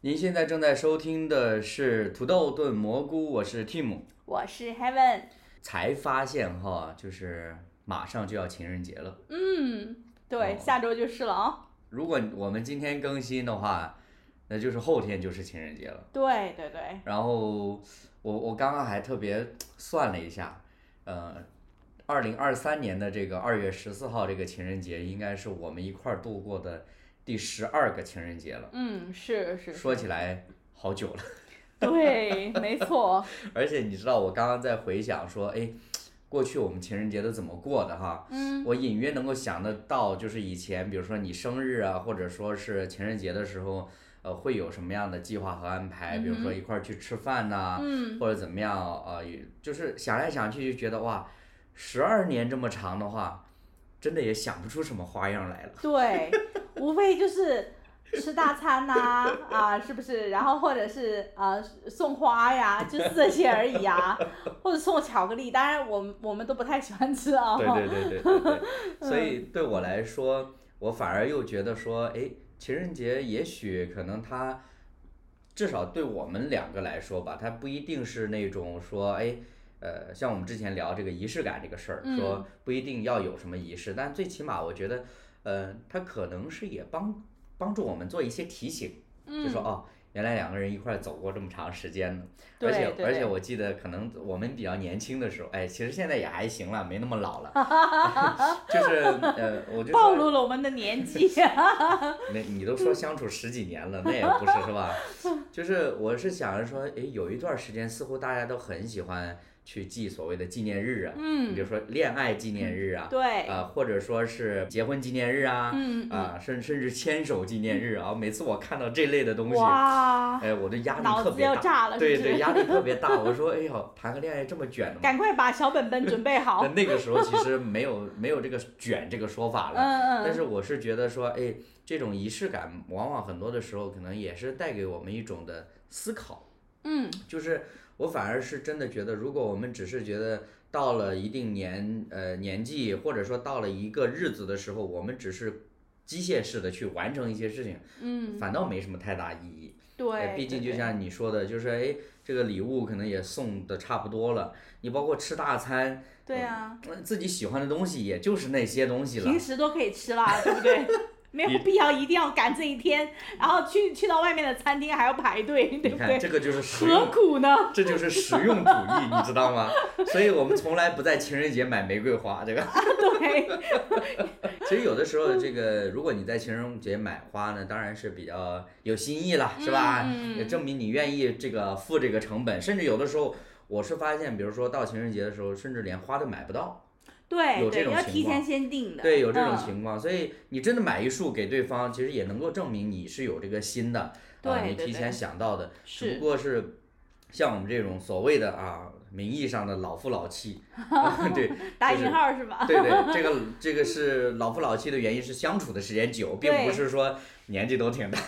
您现在正在收听的是土豆炖蘑菇，我是 Tim。我是 Heaven。才发现哈，就是马上就要情人节了。嗯，对，哦下周就是了啊、如果我们今天更新的话，那就是后天就是情人节了。对对对，然后我我刚刚还特别算了一下，呃，二零二三年的这个二月十四号这个情人节，应该是我们一块儿度过的第十二个情人节了。嗯，是是。说是起来好久了，对，没 错，而且你知道我刚刚在回想说，哎，过去我们情人节都怎么过的哈？嗯，我隐约能够想得到，就是以前，比如说你生日啊，或者说是情人节的时候，呃，会有什么样的计划和安排？比如说一块儿去吃饭呐、嗯，或者怎么样啊、呃也就是想来想去就觉得哇，十二年这么长的话，真的也想不出什么花样来了。对，无非就是吃大餐呐、啊，是不是？然后或者是啊、送花呀，就是这些而 已啊，或者送巧克力。当然我，们我们都不太喜欢吃啊、对对对对对，所以对我来说，我反而又觉得说，哎，情人节也许可能它。至少对我们两个来说吧，它不一定是那种说，哎，呃，像我们之前聊这个仪式感这个事儿，嗯说不一定要有什么仪式，但最起码我觉得，呃，它可能是也帮帮助我们做一些提醒，就说嗯，哦，原来两个人一块儿走过这么长时间呢。对而且对而且对我记得可能我们比较年轻的时候，哎，其实现在也还行了，没那么老了。 就是呃，我就 暴说露了我们的年纪。啊 那你都说相处十几年了，那也不是是吧？ 就是我是想着说，哎，有一段时间似乎大家都很喜欢去记所谓的纪念日啊，你比嗯，如说恋爱纪念日啊，对，啊，或者说是结婚纪念日啊，嗯啊，甚甚至牵手纪念日啊，每次我看到这类的东西，哇，哎，我的压力啊脑特子别要大。炸了，对是不是对，？压力特别 大。我说，哎呦，谈个恋爱这么卷的吗？赶快把小本本准备好。但那个时候其实没有没有这个卷这个说法嗯了。嗯，但是我是觉得说，哎，这种仪式感往往很多的时候可能也是带给我们一种的思考，嗯就是我反而是真的觉得，如果我们只是觉得到了一定年呃年纪，或者说到了一个日子的时候，我们只是机械式的去完成一些事情，嗯，反倒没什么太大意义。哎对，毕竟对就像你说的，就是哎，这个礼物可能也送的差不多了，你包括吃大餐，对对啊，呃自己喜欢的东西也就是那些东西了平。时都可以吃啦，对不对？ 没你有必要一定要赶这一天，然后去去到外面的餐厅还要排队， 对你不看，对？这个就是实何 用，苦呢？这就是实用主义，你知道吗？所以我们从来不在情人节买玫瑰花，这个。对， 其实有的时候，这个如果你在情人节买花呢，当然是比较有新意了，是吧？嗯嗯也证明你愿意这个付这个成本，甚至有的时候。我是发现，比如说到情人节的时候，甚至连花都买不到， 有对这对，种要情提况前先定的。对，有这种嗯。情况，所以你真的买一束给对方，其实也能够证明你是有这个心的，对啊，你对提对前想到的，只不是，过是像我们这种所谓的啊，名义上的老夫老妻， 啊 对打就是引号是 吧？对对，这个这个是老夫老妻的原因是相处的时间久，并不对是说年纪都挺 大。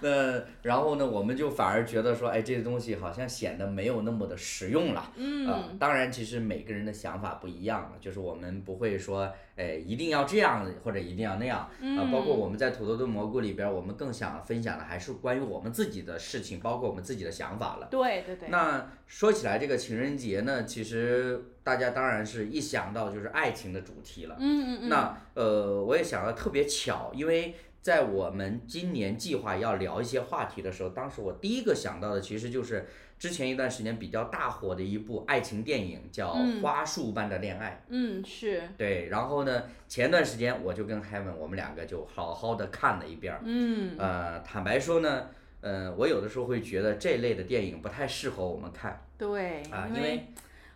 那然后呢，我们就反而觉得说，哎，这个东西好像显得没有那么的实用了。呃嗯，当然，其实每个人的想法不一样了，就是我们不会说，哎，一定要这样或者一定要那样。嗯啊，包括我们在土豆炖蘑菇里边儿，我们更想分享的还是关于我们自己的事情，包括我们自己的想法了。对对对，那说起来这个情人节呢，其实大家当然是一想到就是爱情的主题了。嗯嗯嗯，那呃，我也想到特别巧，因为在我们今年计划要聊一些话题的时候，当时我第一个想到的其实就是之前一段时间比较大火的一部爱情电影，叫《嗯花束般的恋爱》。嗯是，对，然后呢，前段时间我就跟 Heaven 我们两个就好好的看了一遍儿。嗯呃，坦白说呢，呃，我有的时候会觉得这类的电影不太适合我们看，对啊，因因为为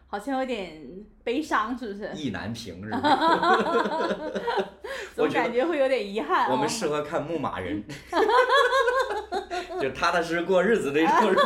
好像有点悲伤，是不是？意难平是 吧？我总觉得感觉会有点遗憾我哦们适合看《牧马 人》，就踏踏实实过日子的一种人。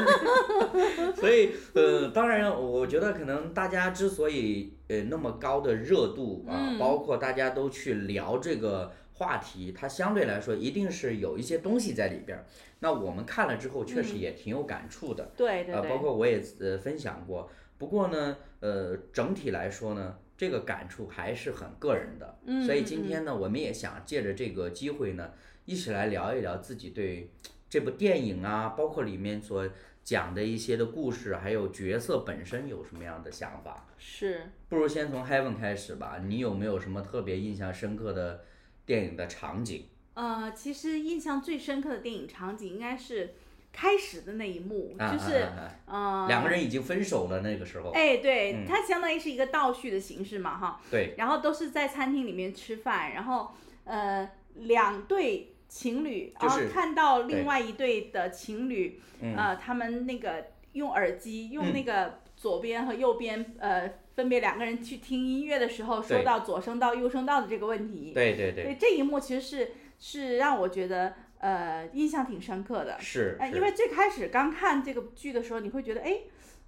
所以，呃，当然，我觉得可能大家之所以呃那么高的热度啊，嗯包括大家都去聊这个话题，它相对来说一定是有一些东西在里边儿。那我们看了之后，确实也挺有感触的。嗯对对啊，对，包括我也呃分享过。不过呢，呃，整体来说呢，这个感触还是很个人的。嗯啊所以嗯今天呢，我们也想借着这个机会呢，一起来聊一聊自己对这部电影啊，包括里面所讲的一些的故事，还有角色本身有什么样的想法？是不如先从 Heaven 开始吧。你有没有什么特别印象深刻的电影的场景？呃，其实印象最深刻的电影场景应该是开始的那一幕，啊就是啊啊呃，啊两个人已经分手了那个时候，哎，对，嗯它相当于是一个倒叙的形式嘛，啊哈。对。然后都是在餐厅里面吃饭，然后呃，两对情侣，就是然后看到对嗯另外一对的情侣，呃，他们那个用耳机，用那个左边和右边，呃，分别两个人去听音乐的时候，说对到左声道、右声道的这个问题。对对对，这一幕其实是是让我觉得呃印象挺深刻的。是呃，是因为最开始刚看这个剧的时候，你会觉得，哎，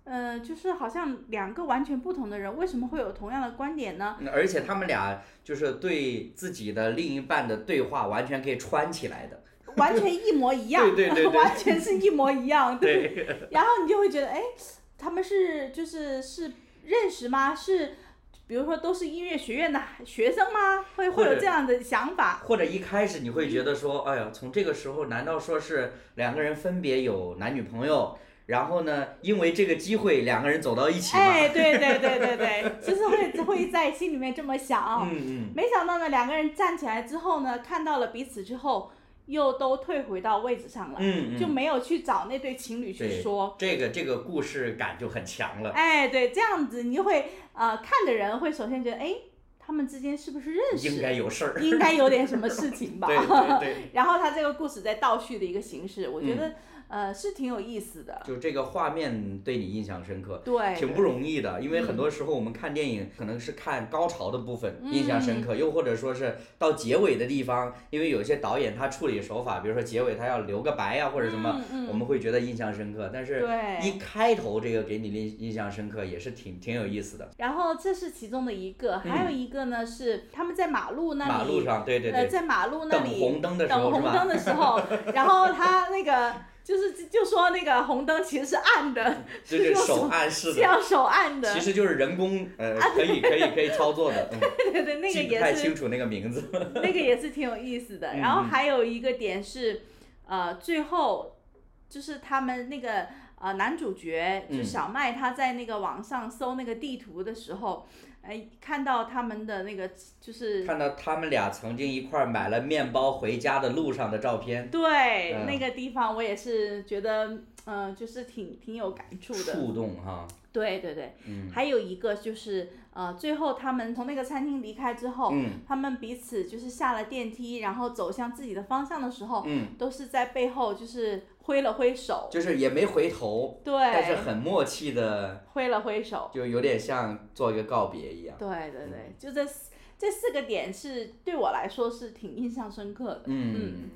呃，就是好像两个完全不同的人，为什么会有同样的观点呢？嗯而且他们俩就是对自己的另一半的对话完全可以穿起来的，完全一模一样，对对对对 完全是一模一样。 对，然后你就会觉得，哎，他们是就是是认识吗？是，比如说都是音乐学院的学生吗？会会或有者这样的想法？或者一开始你会觉得说，哎呀，从这个时候难道说是两个人分别有男女朋友，然后呢，因为这个机会两个人走到一起吗？哎，对对对对对，就是会会在心里面这么想。嗯嗯，没想到呢，两个人站起来之后呢，看到了彼此之后，又都退回到位置上了，嗯嗯就没有去找那对情侣去对说。这个这个故事感就很强了，哎，对，这样子你就会呃，看的人会首先觉得，哎，他们之间是不是认识？应该有事儿，应该有点什么事情吧。对对对， 然后他这个故事在倒叙的一个形式，我觉嗯得、呃是挺有意思的。就这个画面对你印象深刻。哎对，嗯挺不容易的，因为很多时候我们看电影可能是看高潮的部分印象深刻，又或者说是到结尾的地方，因为有些导演他处理手法，比如说结尾他要留个白呀、啊或者什么，嗯我们会觉得印象深刻。但是对一开头这个给你印印象深刻也是挺挺有意思的。然后这是其中的一个，还有一个呢是他们在马路那里，嗯马路上，对对呃，对，在马路那等里红灯的时等候是红吧？灯的时 候，然后他那个就是就说那个红灯其实是暗的，这是用手按式是的，要手按的其，实就是人工呃可以可以可以操作的，嗯对对对， 那个记不太也是清楚那个名字。那个也是挺有意思的。嗯然后还有一个点是，呃，最后就是他们那个呃男主角就嗯小麦，他在那个网上搜那个地图的时候，哎、看到他们的那个就是看到他们俩曾经一块儿买了面包回家的路上的照片。对、嗯那个地方，我也是觉得，嗯、就是挺挺有感触的。触动啊哈，对对对，嗯还有一个就是，呃，最后他们从那个餐厅离开之后，嗯他们彼此就是下了电梯，然后走向自己的方向的时候，嗯，都是在背后就是挥了挥手，就是也没回头，但是对，很默契的，挥了挥手，就有点像做一个告别一样。嗯对对对，就这四这四个点是对我来说是挺印象深刻的。嗯，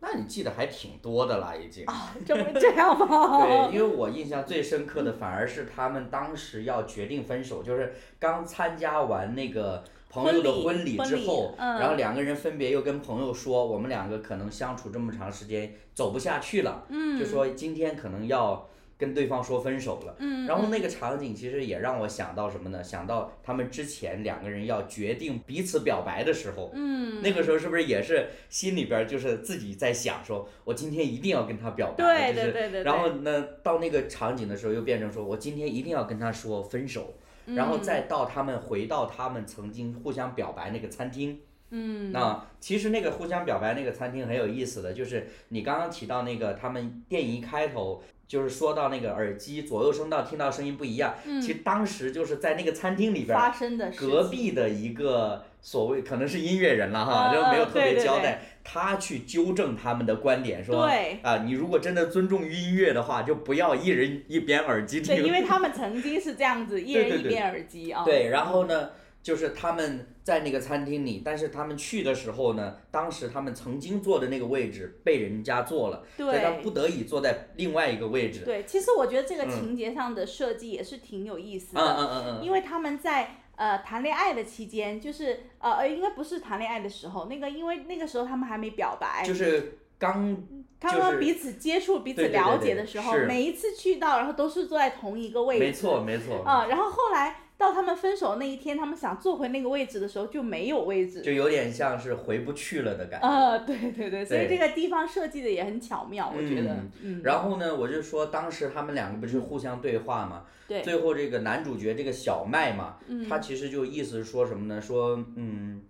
那你记得还挺多的啦，已经。这么啊这 样吗？ 对，因为我印象最深刻的反而是他们当时要决定分手，就是刚参加完那个朋友的婚婚礼礼之后婚礼，嗯然后两个人分别又跟朋友说，我们两个可能相处这么长时间走不下去了，嗯就说今天可能要跟对方说分手了。嗯，然后那个场景其实也让我想到什么呢？想到他们之前两个人要决定彼此表白的时候，嗯，那个时候是不是也是心里边儿就是自己在想说，我今天一定要跟他表白，对就对是。对对，然后呢，到那个场景的时候，又变成说我今天一定要跟他说分手，对然后再到他们回到他们曾经互相表白那个餐厅，嗯那其实那个互相表白那个餐厅很有意思的，就是你刚刚提到那个他们电影一开头就是说到那个耳机左右声道听到声音不一样，嗯其实当时就是在那个餐厅里边儿，发生的事情隔壁的一个所谓可能是音乐人了哈，嗯就没有嗯特对别对交对代，他去纠正他们的观点说。对啊，你如果真的尊重于音乐的话，就不要一人一边耳机听。对，因为他们曾经是这 样子，一人一边耳机啊。对，然后呢，就是他们在那个餐厅里，但是他们去的时候呢，当时他们曾经坐的那个位置被人家坐了，所以他对不得已坐在另外一个位置。对，其实我觉得这个嗯情节上的设计也是挺有意思嗯的，嗯嗯嗯，因为他们在呃谈恋爱的期间，就是呃呃，应该不是谈恋爱的时候，那个因为那个时候他们还没表白，就是刚嗯他就们是彼此接触、彼此对对对了对解的时候，是每一次去到，然后都是坐在同一个位置，没错没错，啊、然后后来到他们分手那一天，他们想坐回那个位置的时候就没有位置。就有点像是回不去了的感觉。呃，对对对，所对以这个地方设计的也很巧妙，我觉得嗯。嗯，然后呢，我就说当时他们两个不是互相对话嘛，对最后这个男主角这个小麦嘛，嗯他其实就意思是说什么呢？说嗯，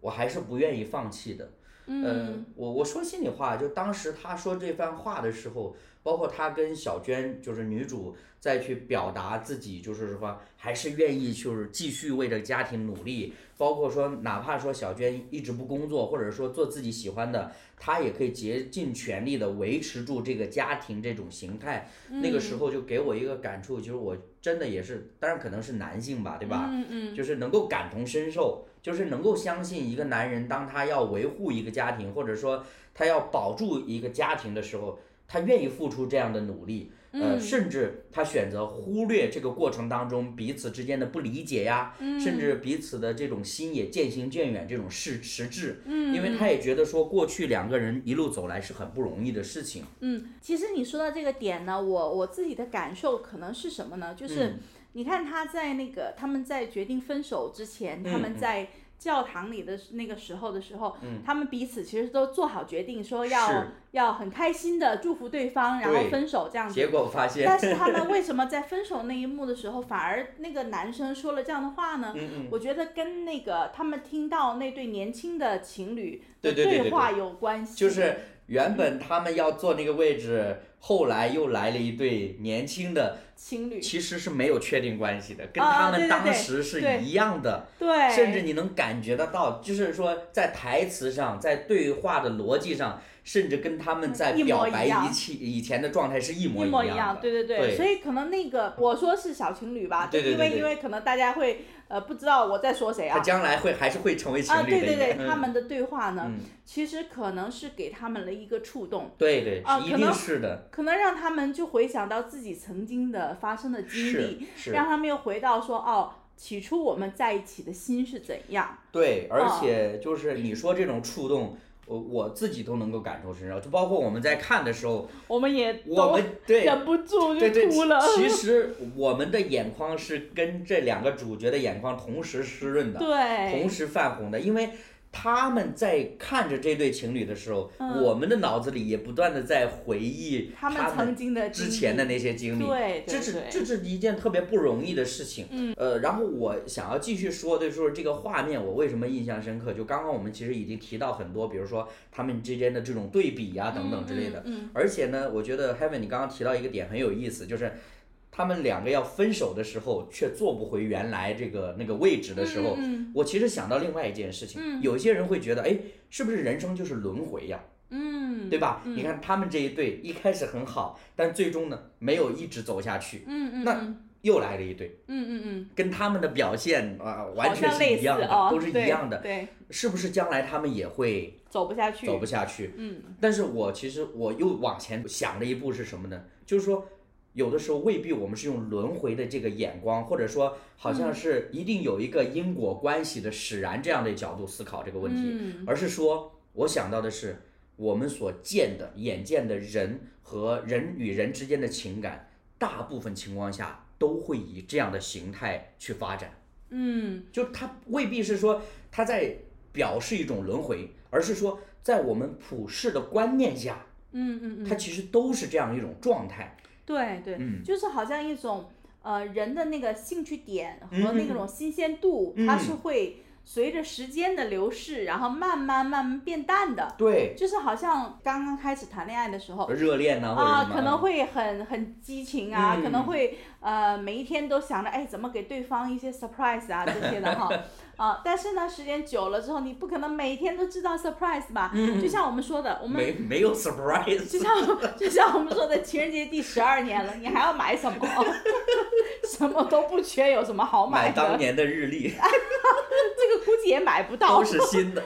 我还是不愿意放弃的。嗯呃，我我说心里话，就当时他说这番话的时候，包括他跟小娟，就是女主再去表达自己，就是说还是愿意就是继续为这个家庭努力，包括说哪怕说小娟一直不工作，或者说做自己喜欢的，她也可以竭尽全力的维持住这个家庭这种形态。那个时嗯候就给我一个感触，就是我真的也是，当然可能是男性吧，对吧？嗯嗯，就是能够感同身受，就是能够相信一个男人，当他要维护一个家庭，或者说他要保住一个家庭的时候，他愿意付出这样的努力，呃，嗯甚至他选择忽略这个过程当中彼此之间的不理解呀，嗯甚至彼此的这种心也渐行渐远这种事实质，嗯，因为嗯他也觉得说过去两个人一路走来是很不容易的事情，嗯，其实你说到这个点呢，我我自己的感受可能是什么呢？嗯就是你看他在那个他们在决定分手之前，他嗯们在教堂里的那个时候的时候，他们彼此其实都做好决定，说要是要很开心的祝福对方，然后对分手哦这样结子。果发现，但是他 们为什么在分手那一幕的时候，反而那个男生说了这样的话呢？嗯嗯，我觉得跟那个他们听到那对年轻的情侣的对对对对对话有关系，就是原本他们要坐那个位置，后来又来了一对年轻的，情侣其实是没有确定关系的，跟他啊对们对当对时是对一样的，对，甚至你能感觉得到，就是说在台词上，在对话的逻辑上，甚至跟他们在嗯一模表一白样以前以前的状态是一模一模一样的。对对对，对所以可能那个我说是小情侣吧，对对因对为对因为可能大家会呃不知道我在说谁他啊。将来会还是会成为情啊，侣对的对一个，对，嗯他们的对话呢，嗯其实可能是给他们了一个触动，对对啊，一可定能是的，可能让他们就回想到自己曾经的发生的经是历，是。让他们又回到说哦，起初我们在一起的心是怎样？对，而哦且就是你说这种触动，我我自己都能够感同身受，就包括我们在看的时候，我们也都哦我们对忍不住对对就哭了，， 其其实我们的眼眶是跟这两个主角的眼眶同时湿润的，对同时泛红的，因为。他们在看着这对情侣的时候，嗯我们的脑子里也不断的在回忆他们曾经的之前的那那些经历，哎对这对是对，这是一件特别不容易的事情。嗯，呃，然后我想要继续说的就是这个画面，我为什么印象深刻？就刚刚我们其实已经提到很多，比如说他们之间的这种对比呀、啊等等之类的。嗯，嗯而且呢，我觉得 Heaven 你刚刚提到一个点很有意思，就是他们两个要分手的时候，却坐不回原来这个那个位置的时候，嗯我其实想到另外一件事情，嗯有一些人会觉得，哎，是不是人生就是轮回呀、嗯，对吧？嗯你看他们这一对一开始很好，但最终呢没有一直走下去，嗯嗯，那嗯又来了一对，嗯嗯跟他们的表现啊、呃嗯，完好全像是类一似样的，哦都是一对样的，对，是不是将来他们也会走不下去，走不下去？嗯但是我其实我又往前想了一步是什么呢？就是说。有的时候未必我们是用轮回的这个眼光，或者说好嗯像是一定有一个因果关系的使然这样的角度思考这个问题，嗯而是说，我想到的是我们所见的、眼见的人和人与人之间的情感，大部分情况下都会以这样的形态去发展。嗯就它未必是说它在表示一种轮回，而是说在我们普世的观念下，嗯嗯它嗯，其实都是这样一种状态。对对，嗯就是好像一种呃人的那个兴趣点嗯和那嗯种新鲜度，嗯它是会随着时间的流逝，然后慢慢慢慢变淡的，对，就是好像刚刚开始谈恋爱的时候。热恋呢、或者啊，什么可能会很很激情啊，嗯可能会呃每一天都想着哎怎么给对方一些 surprise 啊这些的哈啊，但是呢时间久了之后，你不可能每天都知道 surprise 吧？就像我们说的，我们嗯没没有 surprise，就像就像我们说的情人节第十二年了，你还要买 什么？什么都不缺，有什么好买的？当年的日历 这个估计也买不到都。是新 的。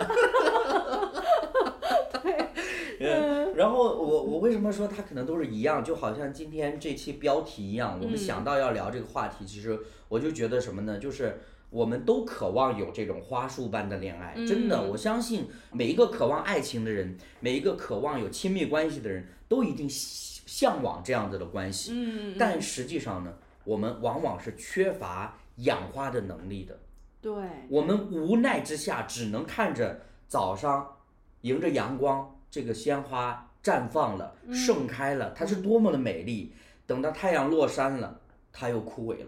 嗯然后我我为什么说它可能都是一样？就好像今天这期标题一样，我嗯们想到要聊这个话题，其实我就觉得什么呢？就是我们都渴望有这种花束般的恋爱，真嗯的，我相信每一个渴望爱情的人，每一个渴望有亲密关系的人，都一定希向往这样子的关系。嗯，但实际上呢，我们往往是缺乏氧化的能力的。哎对，我们无奈之下，只能看着早上迎着阳光，这个鲜花绽放了、嗯盛开了，它是多么的美丽。等到太阳落山了，它又枯萎了。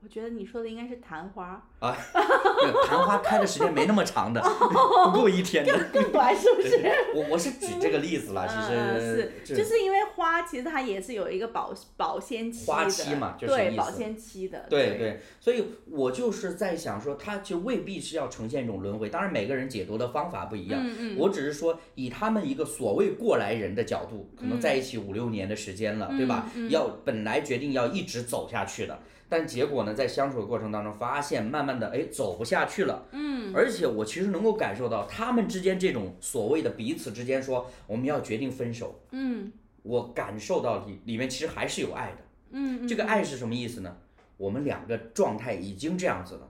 我觉得你说的应该是昙花，啊，那个昙花开的时间没那么长 的，不够一天的。更短是 不是？我我是举这个例子啦，其嗯实是，就是因为花其实它也是有一个保保鲜期的，花期嘛就是意对思保鲜期的，对对，所以我就是在想说，它就未必是要呈现一种轮回。当然，每个人解读的方法不一样。嗯嗯，我只是说，以他们一个所谓过来人的角度，可能在嗯一起五六年的时间了，对吧？要本来决定要一直走下去的，但结果呢，在相处的过程当中，发现慢慢的，哎，走不下去了。嗯。而且我其实能够感受到，他们之间这种所谓的彼此之间说我们要决定分手，嗯我感受到里里面其实还是有爱的。嗯嗯，这个爱是什么意思呢？我们两个状态已经这样子了，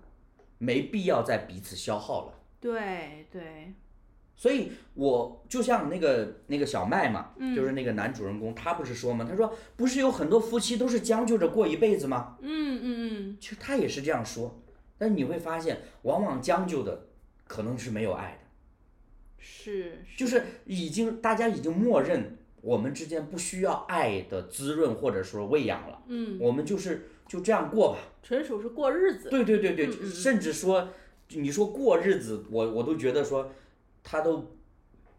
没必要再彼此消耗了。对对，所以我就像那个那个小麦嘛，就是那个男主人公，他不是说嘛，他说不是有很多夫妻都是将就着过一辈子吗？嗯嗯其实他也是这样说，但你会发现，往往将就的可能是没有爱的，嗯，是就是已经大家已经默认我们之间不需要爱的滋润或者说喂养了，嗯，我们就是就这样过吧。纯属是过日子，嗯对对对对，甚至说，你说过日子，我我都觉得说，他都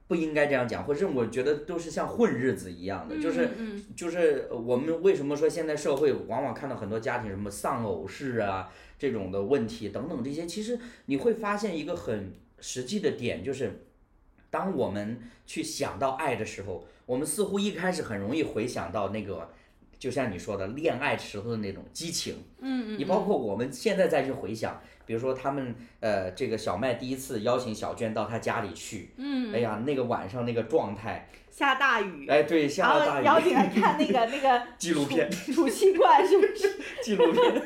不应该这样讲，或者我觉得都是像混日子一样的，就是嗯嗯就是我们为什么说现在社会往往看到很多家庭什么丧偶式啊这种的问题等等这些，其实你会发现一个很实际的点，就是当我们去想到爱的时候，我们似乎一开始很容易回想到那个，就像你说的恋爱时候的那种激情。嗯嗯你包括我们现在再去回想，比如说他们呃，这个小麦第一次邀请小娟到他家里去，嗯，哎呀，那个晚上那个状态，下大雨，啊哎，对，下然 了后大邀雨，请来看那个那个 纪录片储储气罐是不是？纪录片，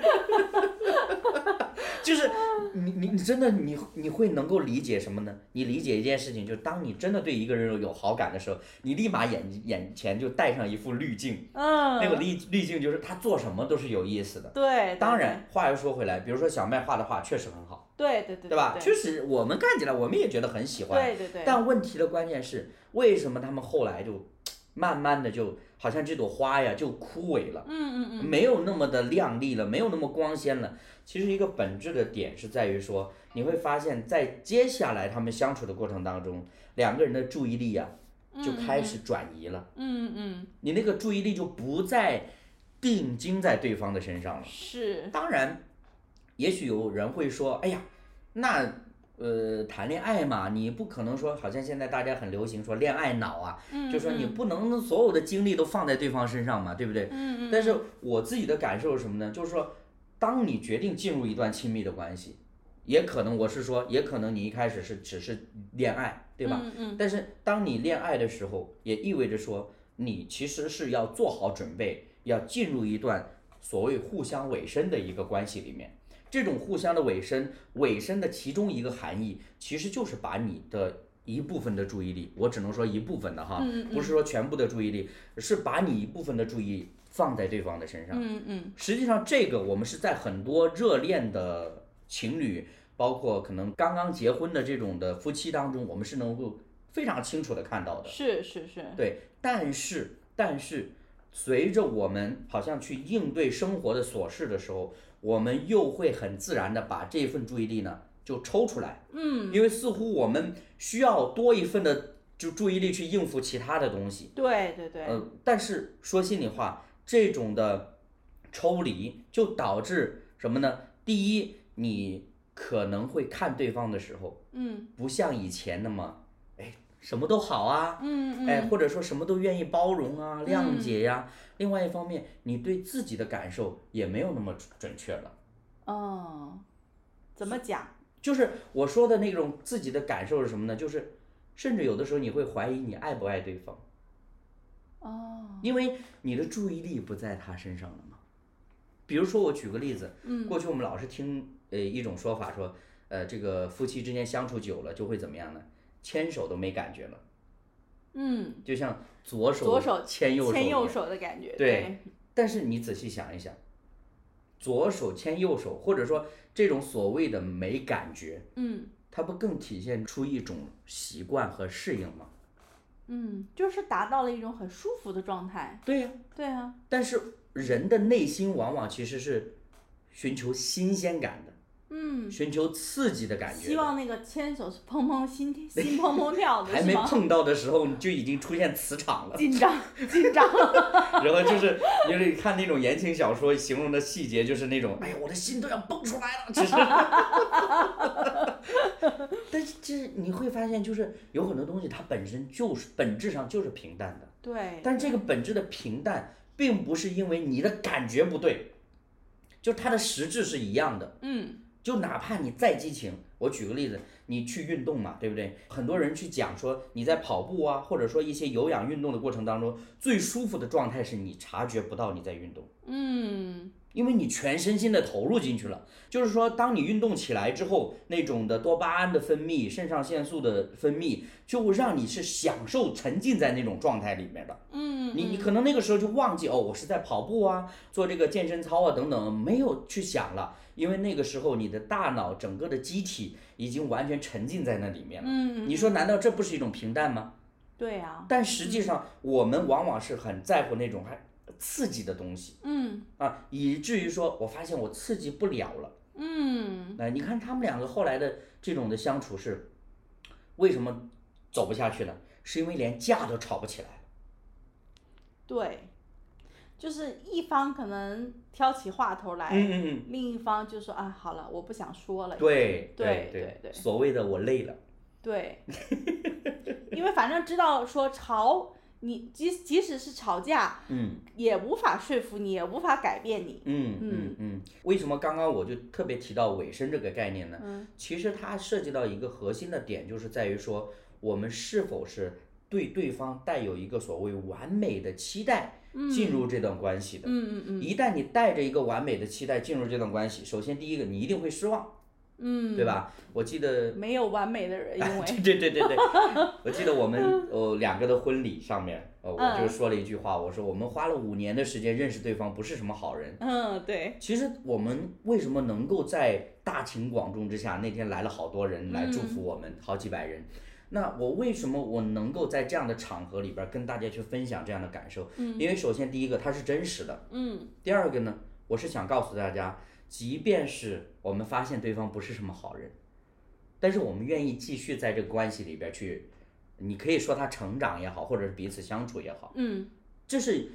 就是你你你真的你你会能够理解什么呢？你理解一件事情，就是当你真的对一个人有好感的时候，你立马眼眼前就带上一副滤镜，嗯，那个滤滤镜就是他做什么都是有意思的。对，当然，话又说回来，比如说小麦画的画确实很好。对对对对吧？对确实，我们看起来我们也觉得很喜欢。对对对，但问题的关键是，为什么他们后来就慢慢的就好像这朵花呀就枯萎了，嗯嗯嗯，没有那么的亮丽了，没有那么光鲜了？其实一个本质的点是在于说，你会发现在接下来他们相处的过程当中，两个人的注意力呀、就开始转移了，嗯嗯你那个注意力就不再定睛在对方的身上了嗯。是，当然，也许有人会说，哎呀，那呃谈恋爱嘛，你不可能说好像现在大家很流行说恋爱脑啊，嗯就说你不能所有的精力都放在对方身上嘛，对不对？嗯嗯，但是我自己的感受是什么呢？就是说，当你决定进入一段亲密的关系，也可能我是说，也可能你一开始是只是恋爱，对吧？嗯嗯但是当你恋爱的时候，也意味着说你其实是要做好准备，要进入一段所谓互相委身的一个关系里面。这种互相的委身，委身的其中一个含义，其实就是把你的一部分的注意力，我只能说一部分的哈，嗯嗯不是说全部的注意力，是把你一部分的注意力放在对方的身上。嗯嗯实际上，这个我们是在很多热恋的情侣，包括可能刚刚结婚的这种的夫妻当中，我们是能够非常清楚的看到的。嗯是是是，对，但是但是，随着我们好像去应对生活的琐事的时候，我们又会很自然的把这份注意力呢就抽出来，嗯，因为似乎我们需要多一份的就注意力去应付其他的东西。对对对，呃，但是说心里话，这种的抽离就导致什么呢？第一，你可能会看对方的时候，嗯不像以前那么，哎，什么都好啊，嗯哎，或者说什么都愿意包容啊、谅嗯解呀、另外一方面，你对自己的感受也没有那么准确了。哦，怎么讲？就是我说的那种自己的感受是什么呢？就是，甚至有的时候你会怀疑你爱不爱对方，哦，因为你的注意力不在他身上了嘛。比如说，我举个例子，嗯过去我们老是听呃一种说法说，呃，这个夫妻之间相处久了就会怎么样呢？牵手都没感觉了，嗯，就像左手左手牵右手一牵样，右手的感觉，对但是你仔细想一想，左手牵右手，或者说这种所谓的没感觉，嗯它不更体现出一种习惯和适应吗？嗯，就是达到了一种很舒服的状态。对呀、对啊，但是人的内心往往其实是寻求新鲜感的，嗯，寻求刺激的感觉的。希望那个牵手是砰砰心跳 心砰砰跳的还是没吗？碰到的时候，你就已经出现磁场了。 紧张紧张，然后就是就是看那种言情小说形容的细节，就是那种，哎呀，我的心都要蹦出来了， 只是。但是其实你会发现，就是有很多东西它本身就是本质上就是平淡的，对，但这个本质的平淡，并不是因为你的感觉不对，就它的实质是一样的。嗯就哪怕你再激情，我举个例子，你去运动嘛，对不对？很多人去讲说你在跑步啊，或者说一些有氧运动的过程当中，最舒服的状态是你察觉不到你在运动，嗯因为你全身心的投入进去了。就是说，当你运动起来之后，那种的多巴胺的分泌、肾上腺素的分泌，就会让你是享受沉浸在那种状态里面的。嗯，你你可能那个时候就忘记哦，我是在跑步啊，做这个健身操啊等等，没有去想了，因为那个时候你的大脑整个的机体已经完全沉浸在那里面了。嗯，嗯你说难道这不是一种平淡吗？对啊，但实际上我们往往是很在乎那种还刺激的东西嗯啊，以至于说我发现我刺激不了了。嗯哎，你看他们两个后来的这种的相处是为什么走不下去呢？是因为连架都吵不起来。对，就是一方可能挑起话头来，嗯嗯嗯。另一方就说啊，好了，我不想说了。对对对对对所谓的我累了，对， 因为反正知道说吵，你即即使是吵架，嗯也无法说服你，也无法改变你。嗯嗯嗯，为什么刚刚我就特别提到尾声这个概念呢？嗯其实它涉及到一个核心的点，就是在于说我们是否是对对方带有一个所谓完美的期待进入这段关系的。嗯嗯一旦你带着一个完美的期待进入这段关系，首先第一个你一定会失望，嗯，对？吧？我记得没有完美的人，因为对对对 对对，我记得我们呃两个的婚礼上面，呃我就嗯说了一句话，我说我们花了五年的时间认识对方，不是什么好 人。嗯对，其实我们为什么能够在大庭广众之下，那天来了好多人来祝嗯福我们，好几百人。那我为什么我能够在这样的场合里边跟大家去分享这样的感受？嗯因为首先第一个它是真实的，嗯第二个呢，我是想告诉大家，即便是我们发现对方不是什么好人，但是我们愿意继续在这个关系里边去，你可以说他成长也好，或者是彼此相处也好，嗯，这是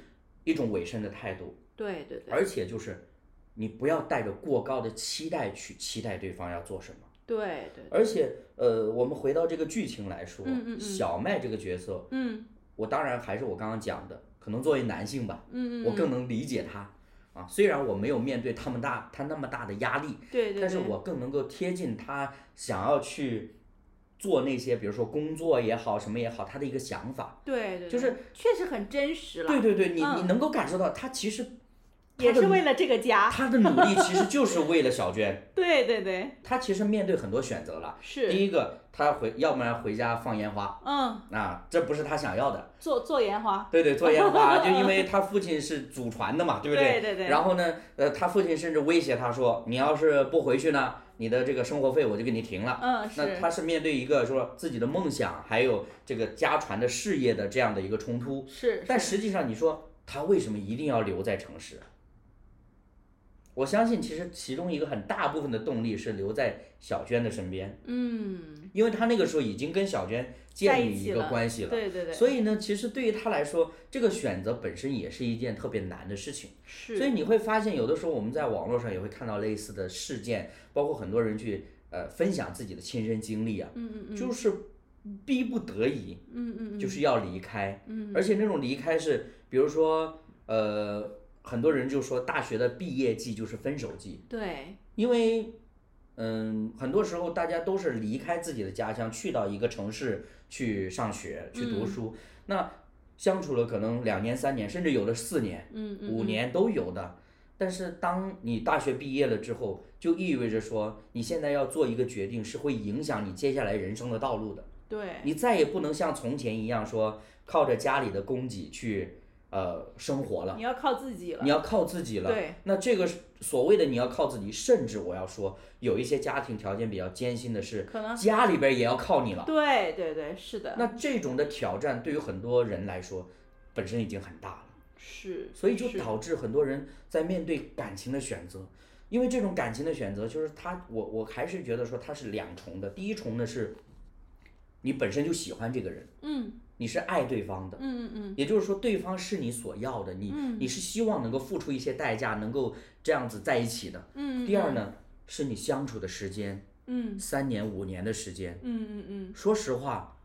一种委身的态度，对对对而且就是你不要带着过高的期待去期待对方要做什么。对对，而且，呃，我们回到这个剧情来说，嗯嗯嗯小麦这个角色，嗯我当然还是我刚刚讲的，可能作为男性吧，嗯嗯，我更能理解他啊。虽然我没有面对他们大他那么大的压力，对对对，但是我更能够贴近他想要去做那些，比如说工作也好，什么也好，他的一个想法。对对，就是对确实很真实了，对对对，你你嗯能够感受到他其实也他是的为了这个家，他的努力其实就是为了小娟，对对对，他其实面对很多选择了。是，第一个，他回要不然回家放烟花，嗯，啊啊，这不是他想要的。做做烟花，对对，做烟 花，就因为他父亲是祖传的嘛，对不对对对然后呢，呃，他父亲甚至威胁他说：“你要是不回去呢，你的这个生活费我就给你停了。”嗯那是他是面对一个说自己的梦想，还有这个家传的事业的这样的一个冲突。是，但实际上，你说他为什么一定要留在城市？啊我相信，其实其中一个很大部分的动力是留在小娟的身边，嗯，因为他那个时候已经跟小娟在建一立一起个了关系了。对对对，所以呢，其实对于他来说，这个选择本身也是一件特别难的事情。是，所以你会发现，有的时候我们在网络上也会看到类似的事件，包括很多人去呃分享自己的亲身经历啊，嗯嗯嗯，就是逼不得已，嗯嗯嗯，就是要离开，嗯而且那种离开是，比如说呃，很多人就说大学的毕业季就是分手季，对，因为。嗯，很多时候大家都是离开自己的家乡，去到一个城市去上学、去读嗯书。那相处了可能两年、三年，甚至有的四年、嗯嗯，五嗯，年都有的。但是当你大学毕业了之后，就意味着说你现在要做一个决定，是会影响你接下来人生的道路的。对，你再也不能像从前一样说靠着家里的供给去呃生活了，你要靠自己了。你要靠自己了。对，那这个是所谓的你要靠自己，甚至我要说，有一些家庭条件比较艰辛的是，可能家里边也要靠你了。对对对，是的，那这种的挑战对于很多人来说，本身已经很大了，是，所以就是导致很多人在面对感情的选择，因为这种感情的选择，就是他，我我还是觉得说它是两重的。第一重呢是，你本身就喜欢这个人，嗯你是爱对方的，嗯嗯也就是说对方是你所要的，你嗯你是希望能够付出一些代价，能够这样子在一起的。嗯，第二呢，是你相处的时间，嗯，三年五年的时间，嗯嗯嗯嗯，说实话，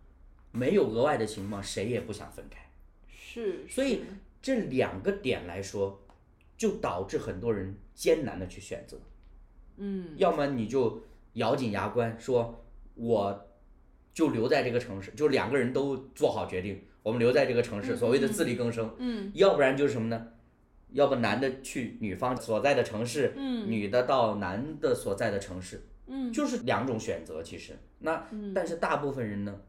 没有额外的情况，谁也不想分开。是，所以是这两个点来说，就导致很多人艰难的去选择，嗯要么你就咬紧牙关说，我就留在这个城市，就两个人都做好决定，我们留在这个城市，嗯所谓的嗯自力更生；嗯要不然就是什么呢？要不男的去女方所在的城市，嗯女的到男的所在的城市，嗯，就是两种选择。其实，那嗯但是大部分人呢，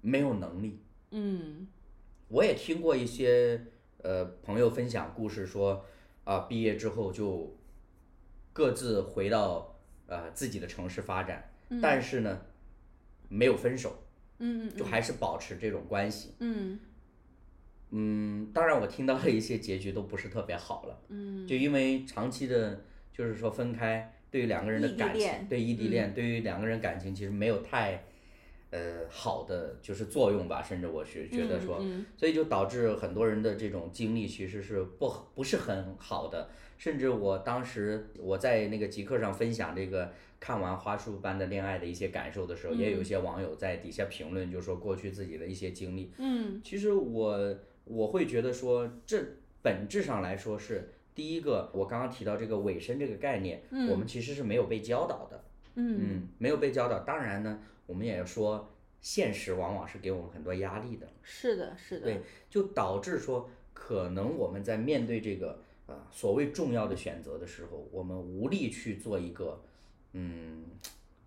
没有能力。嗯我也听过一些呃朋友分享故事说，啊、毕业之后就各自回到呃自己的城市发展，嗯但是呢，没有分手，嗯嗯就还是保持这种关系。嗯嗯，当然我听到了一些结局都不是特别好了，嗯就因为长期的，就是说分开，对于两个人的异地感情恋，嗯对异地恋，对于两个人感情其实没有太。呃，好的就是作用吧，甚至我是觉得说，嗯所以就导致很多人的这种经历其实是不不是很好的，甚至我当时我在那个极客上分享这个看完《花束般的恋爱》的一些感受的时候，嗯也有一些网友在底下评论，就说过去自己的一些经历。嗯其实我我会觉得说，这本质上来说是第一个，我刚刚提到这个尾声这个概念，嗯我们其实是没有被教导的，嗯嗯，没有被教导。当然呢，我们也要说，现实往往是给我们很多压力的。是的是的对，就导致说，可能我们在面对这个呃所谓重要的选择的时候，我们无力去做一个嗯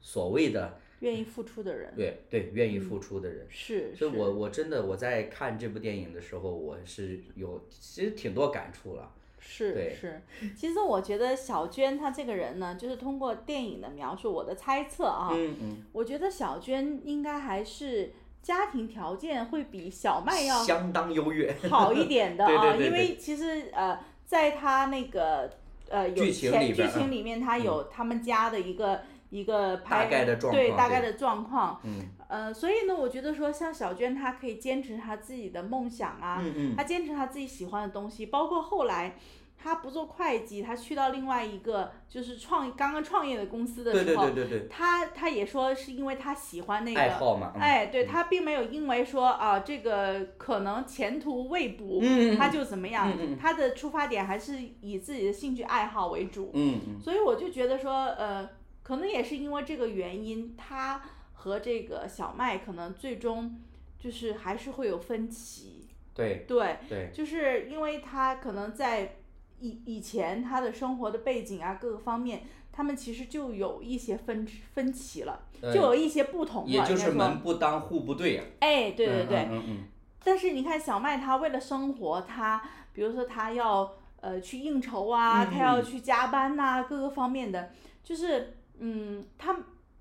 所谓的愿意付出的人对对愿意嗯付出的人。是，所以是我我真的我在看这部电影的时候，我是有其实挺多感触了。是对是，其实我觉得小娟她这个人呢，就是通过电影的描述，我的猜测啊，嗯嗯，我觉得小娟应该还是家庭条件会比小麦要相当优越。好一点的 啊，对对对因为其实呃，在他那个呃有剧情前里边嗯剧情里面，他有他们家的一个、一个拍大概的状对况大对概的状况，嗯呃，所以呢，我觉得说像小娟，她可以坚持她自己的梦想啊，嗯嗯她坚持她自己喜欢的东西，包括后来。她不做会计，她去到另外一个就是创刚刚创业的公司的时对候，对对对对，她她也说是因为她喜欢那个爱好嘛。嗯哎，对他并没有因为说啊这个可能前途未卜，嗯嗯他就怎么样，嗯嗯他的出发点还是以自己的兴趣爱好为主，嗯嗯，所以我就觉得说，呃，可能也是因为这个原因，他和这个小麦可能最终就是还是会有分歧，对对，对，就是因为他可能在以以前他的生活的背景啊各个方面，他们其实就有一些分分歧了，呃就有一些不同了，也就应该是说门不当户不对呀。哎，对对嗯对，嗯嗯嗯。但是你看小麦，他为了生活，他比如说他要呃去应酬啊，嗯他要去加班呐、各个方面的，就是嗯，他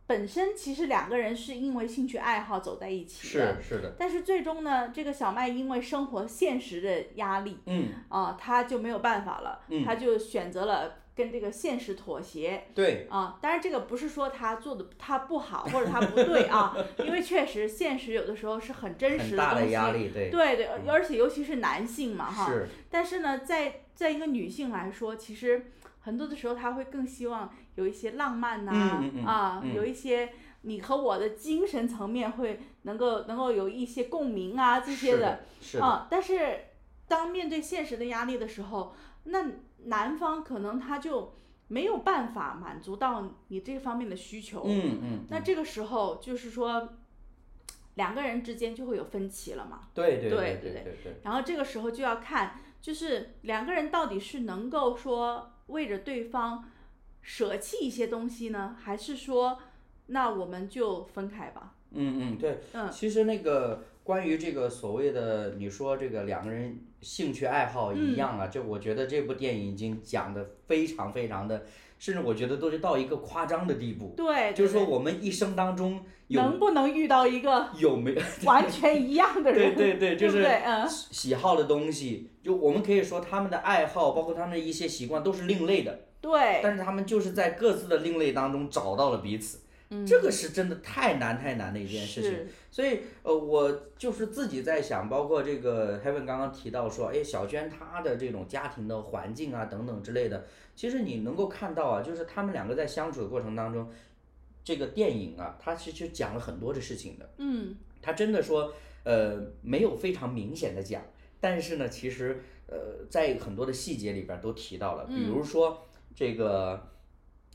本身其实两个人是因为兴趣爱好走在一起的，是是的，但是最终呢，这个小麦因为生活现实的压力嗯，啊、他就没有办法了，嗯他就选择了跟这个现实妥协，对，啊，当然这个不是说他做的他不好或者他不对啊， 因为确实现实有的时候是很真实很的大东的西。压力，对，对对，而且尤其是男性嘛哈。是，但是呢，在在一个女性来说，其实很多的时候她会更希望有一些浪漫呐、啊，嗯嗯嗯嗯有一些你和我的精神层面会能够能够有一些共鸣啊这些是的。，是的，啊，但是当面对现实的压力的时候，那男方可能他就没有办法满足到你这方面的需求。嗯嗯，那这个时候就是说，两个人之间就会有分歧了嘛。对对对对对对对，然后这个时候就要看，就是两个人到底是能够说为着对方舍弃一些东西呢，还是说那我们就分开吧？嗯嗯对，嗯其实那个关于这个所谓的你说这个两个人兴趣爱好一样嗯啊，这我觉得这部电影已经讲的非常非常的，甚至我觉得都是到一个夸张的地步，对，就是说对我们一生当中有能不能遇到一个有没有完全一样的对人， 对对，就不是对？嗯，喜喜好的东西，就我们可以说他们的爱好，包括他们的一些习惯都是另类的，对，但是他们就是在各自的另类当中找到了彼此，嗯这个是真的太难太难的一件事情。是所以呃，我就是自己在想，包括这个 Heaven 刚刚提到说，哎，小娟她的这种家庭的环境啊等等之类的，其实你能够看到啊，就是他们两个在相处的过程当中，这个电影啊，它其实讲了很多的事情的，嗯，它真的说呃没有非常明显的讲，但是呢，其实呃在很多的细节里边都提到了，嗯比如说这个。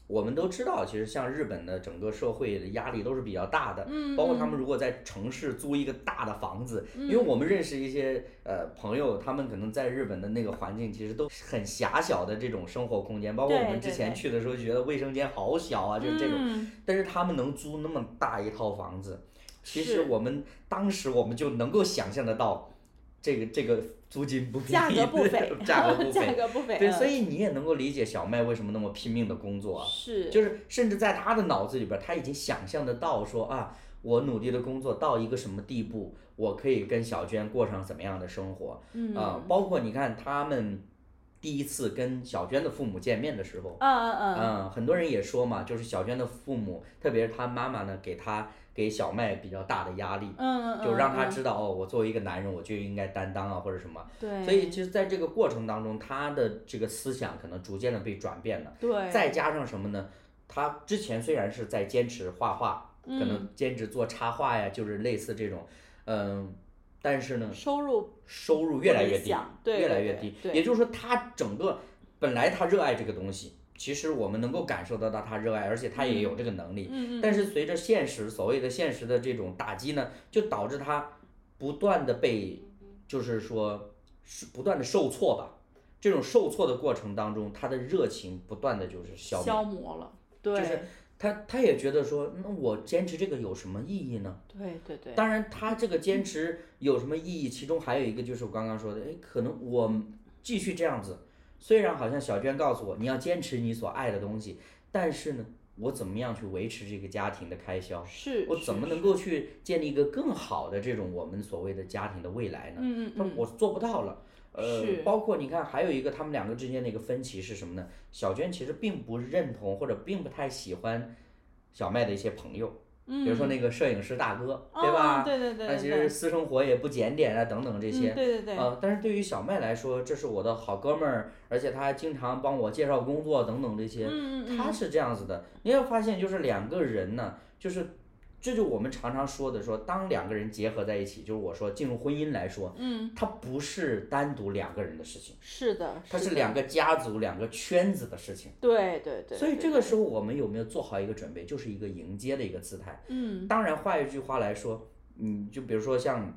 我们都知道，其实像日本的整个社会的压力都是比较大的，嗯包括嗯他们如果在城市租一个大的房子，因为我们认识一些呃朋友，他们可能在日本的那个环境其实都是很狭小的这种生活空间，包括我对们对之前对去的时候觉得卫生间好小啊，就是这种，嗯但是他们能租那么大一套房子，其是实我们当时我们就能够想象得到，这个这个租金不菲，，价格不菲 价格不价菲，格不菲，对，嗯所以你也能够理解小麦为什么那么拼命的工作啊，是就是甚至在他的脑子里边儿，他已经想象得到说啊，我努力的工作到一个什么地步，我可以跟小娟过上怎么样的生活啊、嗯包括你看他们第一次跟小娟的父母见面的时候，嗯嗯嗯，嗯，很多人也说嘛，就是小娟的父母，特别是她妈妈呢，给她给小麦比较大的压力，嗯嗯，就让她嗯知道哦，我作为一个男人，我就应该担当啊或者什么。对，所以其实在这个过程当中，她的这个思想可能逐渐的被转变了。对，嗯再加上什么呢？他之前虽然是在坚持画画，可嗯能兼职做插画呀，就是类似这种，嗯，但是呢，收入收入越来越不理低，想对越来对越对低。对也就是说，他整个本来他热爱这个东西，其实我们能够感受得到他热爱，而且他也有这个能力。嗯嗯，但是随着现实所谓的现实的这种打击呢，就导致他不断的被，就是说是不断的受挫吧。这种受挫的过程当中，他的热情不断的就是消灭。消磨了，对，是他他也觉得说，那我坚持这个有什么意义呢？对对对，当然，他这个坚持有什么意义？其中还有一个就是我刚刚说的，哎，可能我继续这样子，虽然好像小娟告诉我你要坚持你所爱的东西，但是呢，我怎么样去维持这个家庭的开销？是，我是怎么能够去建立一个更好的这种我们所谓的家庭的未来呢？嗯嗯他嗯说我做不到了。呃是，包括你看，还有一个他们两个之间的一个分歧是什么呢？小娟其实并不认同或者并不太喜欢小麦的一些朋友，嗯，比如说那个摄影师大哥，嗯对吧？对对对他对其对实私生活也不检点啊，等等这些。嗯对对对，呃，但是对于小麦来说，这是我的好哥们儿，而且他还经常帮我介绍工作等等这些。嗯嗯他嗯，是这样子的，你会发现就是两个人呢，就是这就我们常常说的说，当两个人结合在一起，就是我说进入婚姻来说，嗯，它不是单独两个人的事情，是的，它是是的，两个家族、两个圈子的事情。对对对，所以对这个时候我们有没有做好一个准备，就是一个迎接的一个姿态。嗯当然，换一句话来说，嗯，就比如说像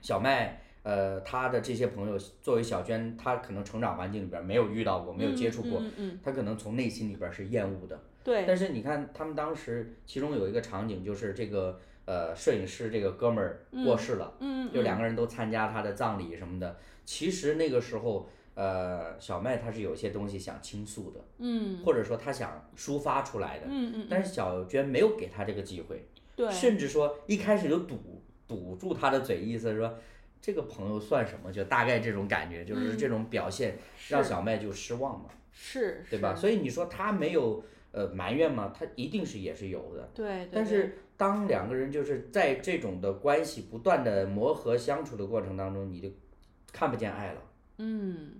小麦。呃，他的这些朋友，作为小娟，她可能成长环境里边没有遇到过，没有接触过，嗯嗯，嗯她可能从内心里边是厌恶的。对，但是你看，他们当时其中有一个场景，就是这个呃摄影师这个哥们儿过世了，嗯嗯就两个人都参加他的葬礼什么的。其实那个时候，呃，小麦他是有些东西想倾诉的，嗯或者说他想抒发出来的，嗯嗯，但是小娟没有给他这个机会，对，甚至说一开始就堵堵住他的嘴，意思是说。这个朋友算什么？就大概这种感觉，就是这种表现，让嗯是小麦就失望嘛。是对吧？是所以你说他没有呃埋怨吗？他一定是也是有的。对，对但对是当两个人就是在这种的关系不断的磨合相处的过程当中，你就看不见爱了。嗯，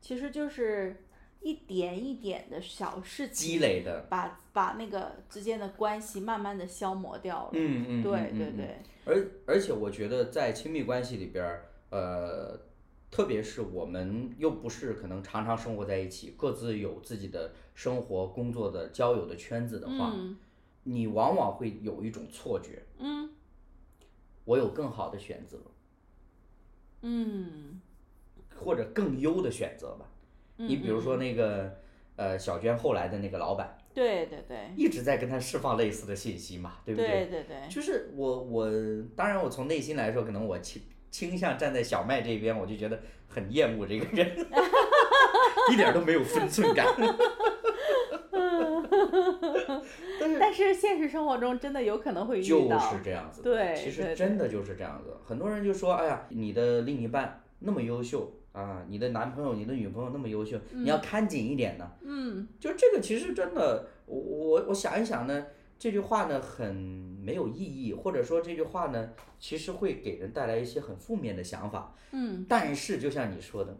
其实就是一点一点的小事积情，累的，把把那个之间的关系慢慢的消磨掉了。嗯嗯，对嗯对。嗯嗯对，而而且我觉得在亲密关系里边儿，呃。特别是我们又不是可能常常生活在一起，各自有自己的生活、工作的交友的圈子的话，嗯你往往会有一种错觉，嗯我有更好的选择，嗯，或者更优的选择吧。你比如说那个呃小娟后来的那个老板，对对对一直在跟他释放类似的信息嘛，对不对对对，就是我我当然我从内心来说，可能我期倾向站在小麦这边，我就觉得很厌恶这个人， 一点都没有分寸感。但是现实生活中真的有可能会就遇到，是这样子的，对其对实真的就是这样子。很多人就说，哎呀，你的另一半那么优秀啊，你的男朋友、你的女朋友那么优秀，你要看紧一点呢。嗯，就这个，其实真的，我我我想一想呢，这句话呢很没有意义，或者说这句话呢，其实会给人带来一些很负面的想法。嗯，但是就像你说的，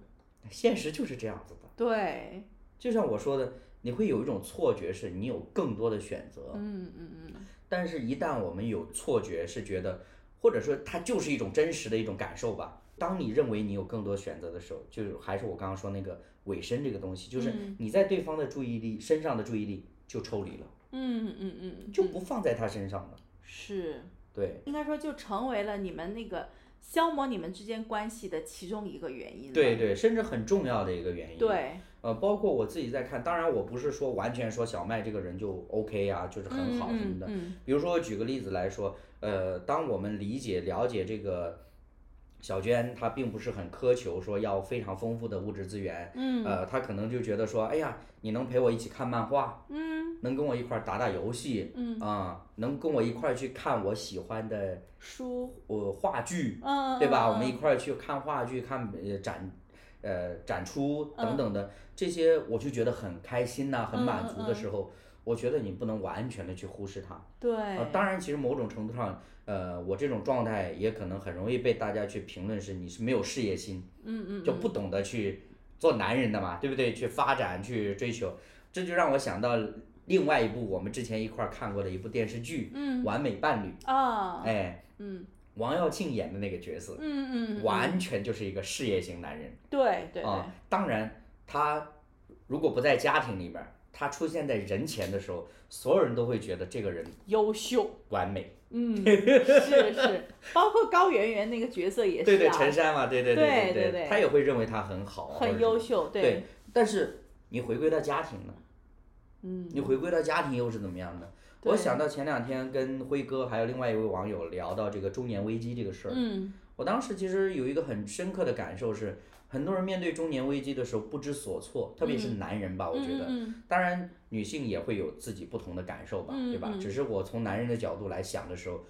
现实就是这样子的。对，就像我说的，你会有一种错觉，是你有更多的选择。嗯嗯嗯，但是，一旦我们有错觉，是觉得，或者说它就是一种真实的一种感受吧。当你认为你有更多选择的时候，就是还是我刚刚说那个尾声这个东西，就是嗯你在对方的注意力身上的注意力就抽离了，嗯嗯嗯，就嗯不放在他身上了。是对应该说就成为了你们那个消磨你们之间关系的其中一个原因了。对对，甚至很重要的一个原因。，对，呃，包括我自己在看，当然我不是说完全说小麦这个人就 OK 啊，就是很好什么的。嗯嗯比如说，我举个例子来说，呃，当我们理解了解这个小娟，她并不是很苛求说要非常丰富的物质资源，嗯呃，她可能就觉得说，哎呀，你能陪我一起看漫画，嗯能跟我一块儿打打游戏，嗯啊、能跟我一块儿去看我喜欢的书，呃话剧，嗯，对吧？嗯我们一嗯块儿去看话剧、看呃展，呃展出嗯等等的这些，我就觉得很开心呐、很满足的时候，我觉得你不能完全的去忽视它。呃，嗯对，当然，其实某种程度上，呃，我这种状态也可能很容易被大家去评论是你是没有事业心，嗯嗯，就不懂得去做男人的嘛，对不对？去发展，去追求，这就让我想到另外一部我们之前一块儿看过的一部电视剧《嗯完美伴侣》，啊，哎，嗯王耀庆演的那个角色，嗯嗯，哎完全就是一个事业型男人对对对啊，。当然，他如果不在家庭里面儿，他出现在人前的时候，所有人都会觉得这个人优秀，完美。嗯，是是，包括高圆圆那个角色也是对对，啊陈山嘛，对对对对对对他也会认为他很好，或者很是优。秀，对，但是你回归到家庭呢？嗯，你回归到家庭又是怎么样的？我对想到前两天跟辉哥还有另外一位网友聊到这个中年危机这个事儿，嗯我当时其实有一个很深刻的感受是，很多人面对中年危机的时候不知所措，特别是男人吧，我觉得。嗯当然，女性也会有自己不同的感受吧，嗯对吧？嗯只是我从男人的角度来想的时候，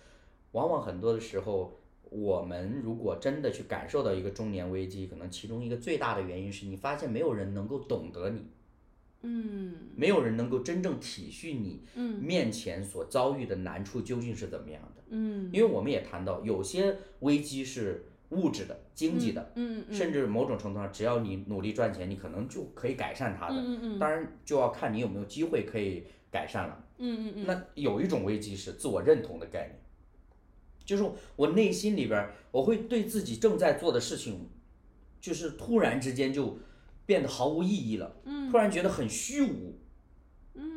往往很多的时候，我们如果真的去感受到一个中年危机，可能其中一个最大的原因是你发现没有人能够懂得你，嗯没有人能够真正体恤你嗯面前所遭遇的难处究竟是怎么样的。嗯，因为我们也谈到，有些危机是物质的、经济的，嗯嗯嗯甚至某种程度上，只要你努力赚钱，你可能就可以改善它的。嗯嗯嗯当然就要看你有没有机会可以改善了。嗯嗯嗯那有一种危机是自我认同的概念，就是我内心里边儿，我会对自己正在做的事情，就是突然之间就变得毫无意义了，嗯突然觉得很虚无。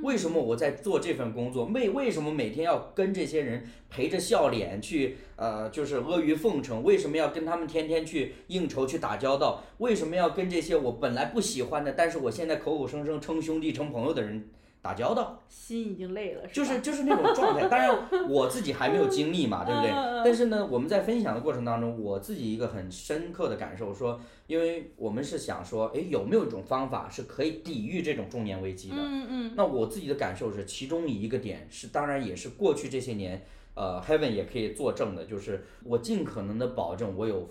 为什么我在做这份工作？为为什么每天要跟这些人陪着笑脸去呃，就是阿谀奉承？为什么要跟他们天天去应酬去打交道？为什么要跟这些我本来不喜欢的，但是我现在口口声声称兄弟称朋友的人打交道？心已经累了，就吧是就是那种状 态。当然，我自己还没有经历嘛，对不对嗯嗯嗯？但是呢，我们在分享的过程当中，我自己一个很深刻的感受说，因为我们是想说，诶，有没有一种方法是可以抵御这种中年危机的？嗯嗯那我自己的感受是，其中一个点是，当然也是过去这些年，呃，Heaven 也可以作证的，就是我尽可能的保证我有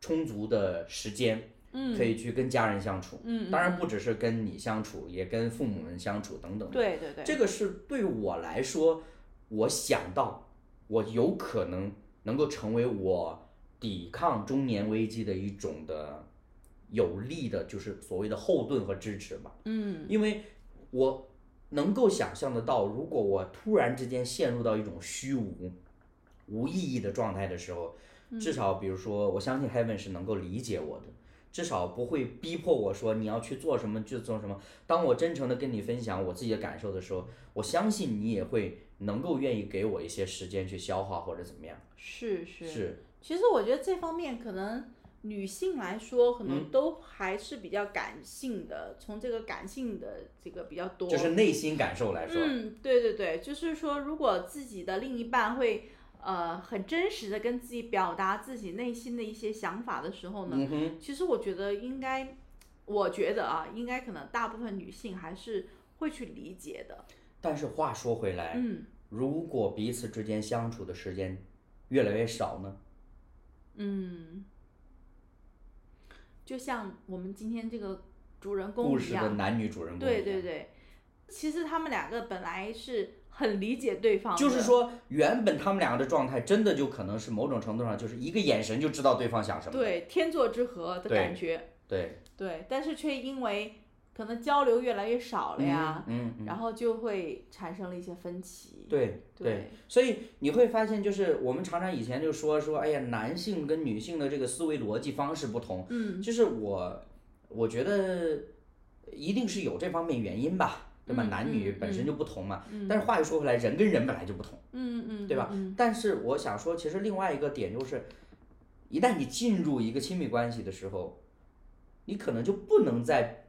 充足的时间，嗯，可以去跟家人相处。嗯，嗯当然不只是跟你相处，也跟父母们相处等等。对对对，这个是对我来说，我想到我有可能能够成为我抵抗中年危机的一种的有力的，就是所谓的后盾和支持吧。嗯因为我能够想象得到，如果我突然之间陷入到一种虚无、无意义的状态的时候，嗯至少比如说，我相信 Heaven 是能够理解我的。至少不会逼迫我说你要去做什么就做什么。当我真诚的跟你分享我自己的感受的时候，我相信你也会能够愿意给我一些时间去消化或者怎么样。是是是，其实我觉得这方面可能女性来说，可嗯能都还是比较感性的，从这个感性的这个比较多。嗯就是内心感受来说，嗯，对对对，就是说，如果自己的另一半会呃很真实的跟自己表达自己内心的一些想法的时候呢，嗯哼，其实我觉得应该，我觉得啊，应该可能大部分女性还是会去理解的。但是话说回来，嗯如果彼此之间相处的时间越来越少呢？嗯，就像我们今天这个主人故公一事的样，男女主人公一对样对，对，其实他们两个本来是很理解对方的，就是说原本他们两个的状态真的就可能是某种程度上就是一个眼神就知道对方想什么。对天作之合的对感觉，对，对，但是却因为可能交流越来越少了呀，嗯，嗯嗯然后就会产生了一些分歧。对对，所以你会发现，就是我们常常以前就说说，哎呀，男性跟女性的这个思维逻辑方式不同，嗯就是我我觉得一定是有这方面原因吧，对吧？嗯男女嗯本身就不同嘛，嗯但是话又说回来，人跟人本来就不同。嗯嗯，对吧嗯但是我想说，其实另外一个点就是，一旦你进入一个亲密关系的时候，你可能就不能再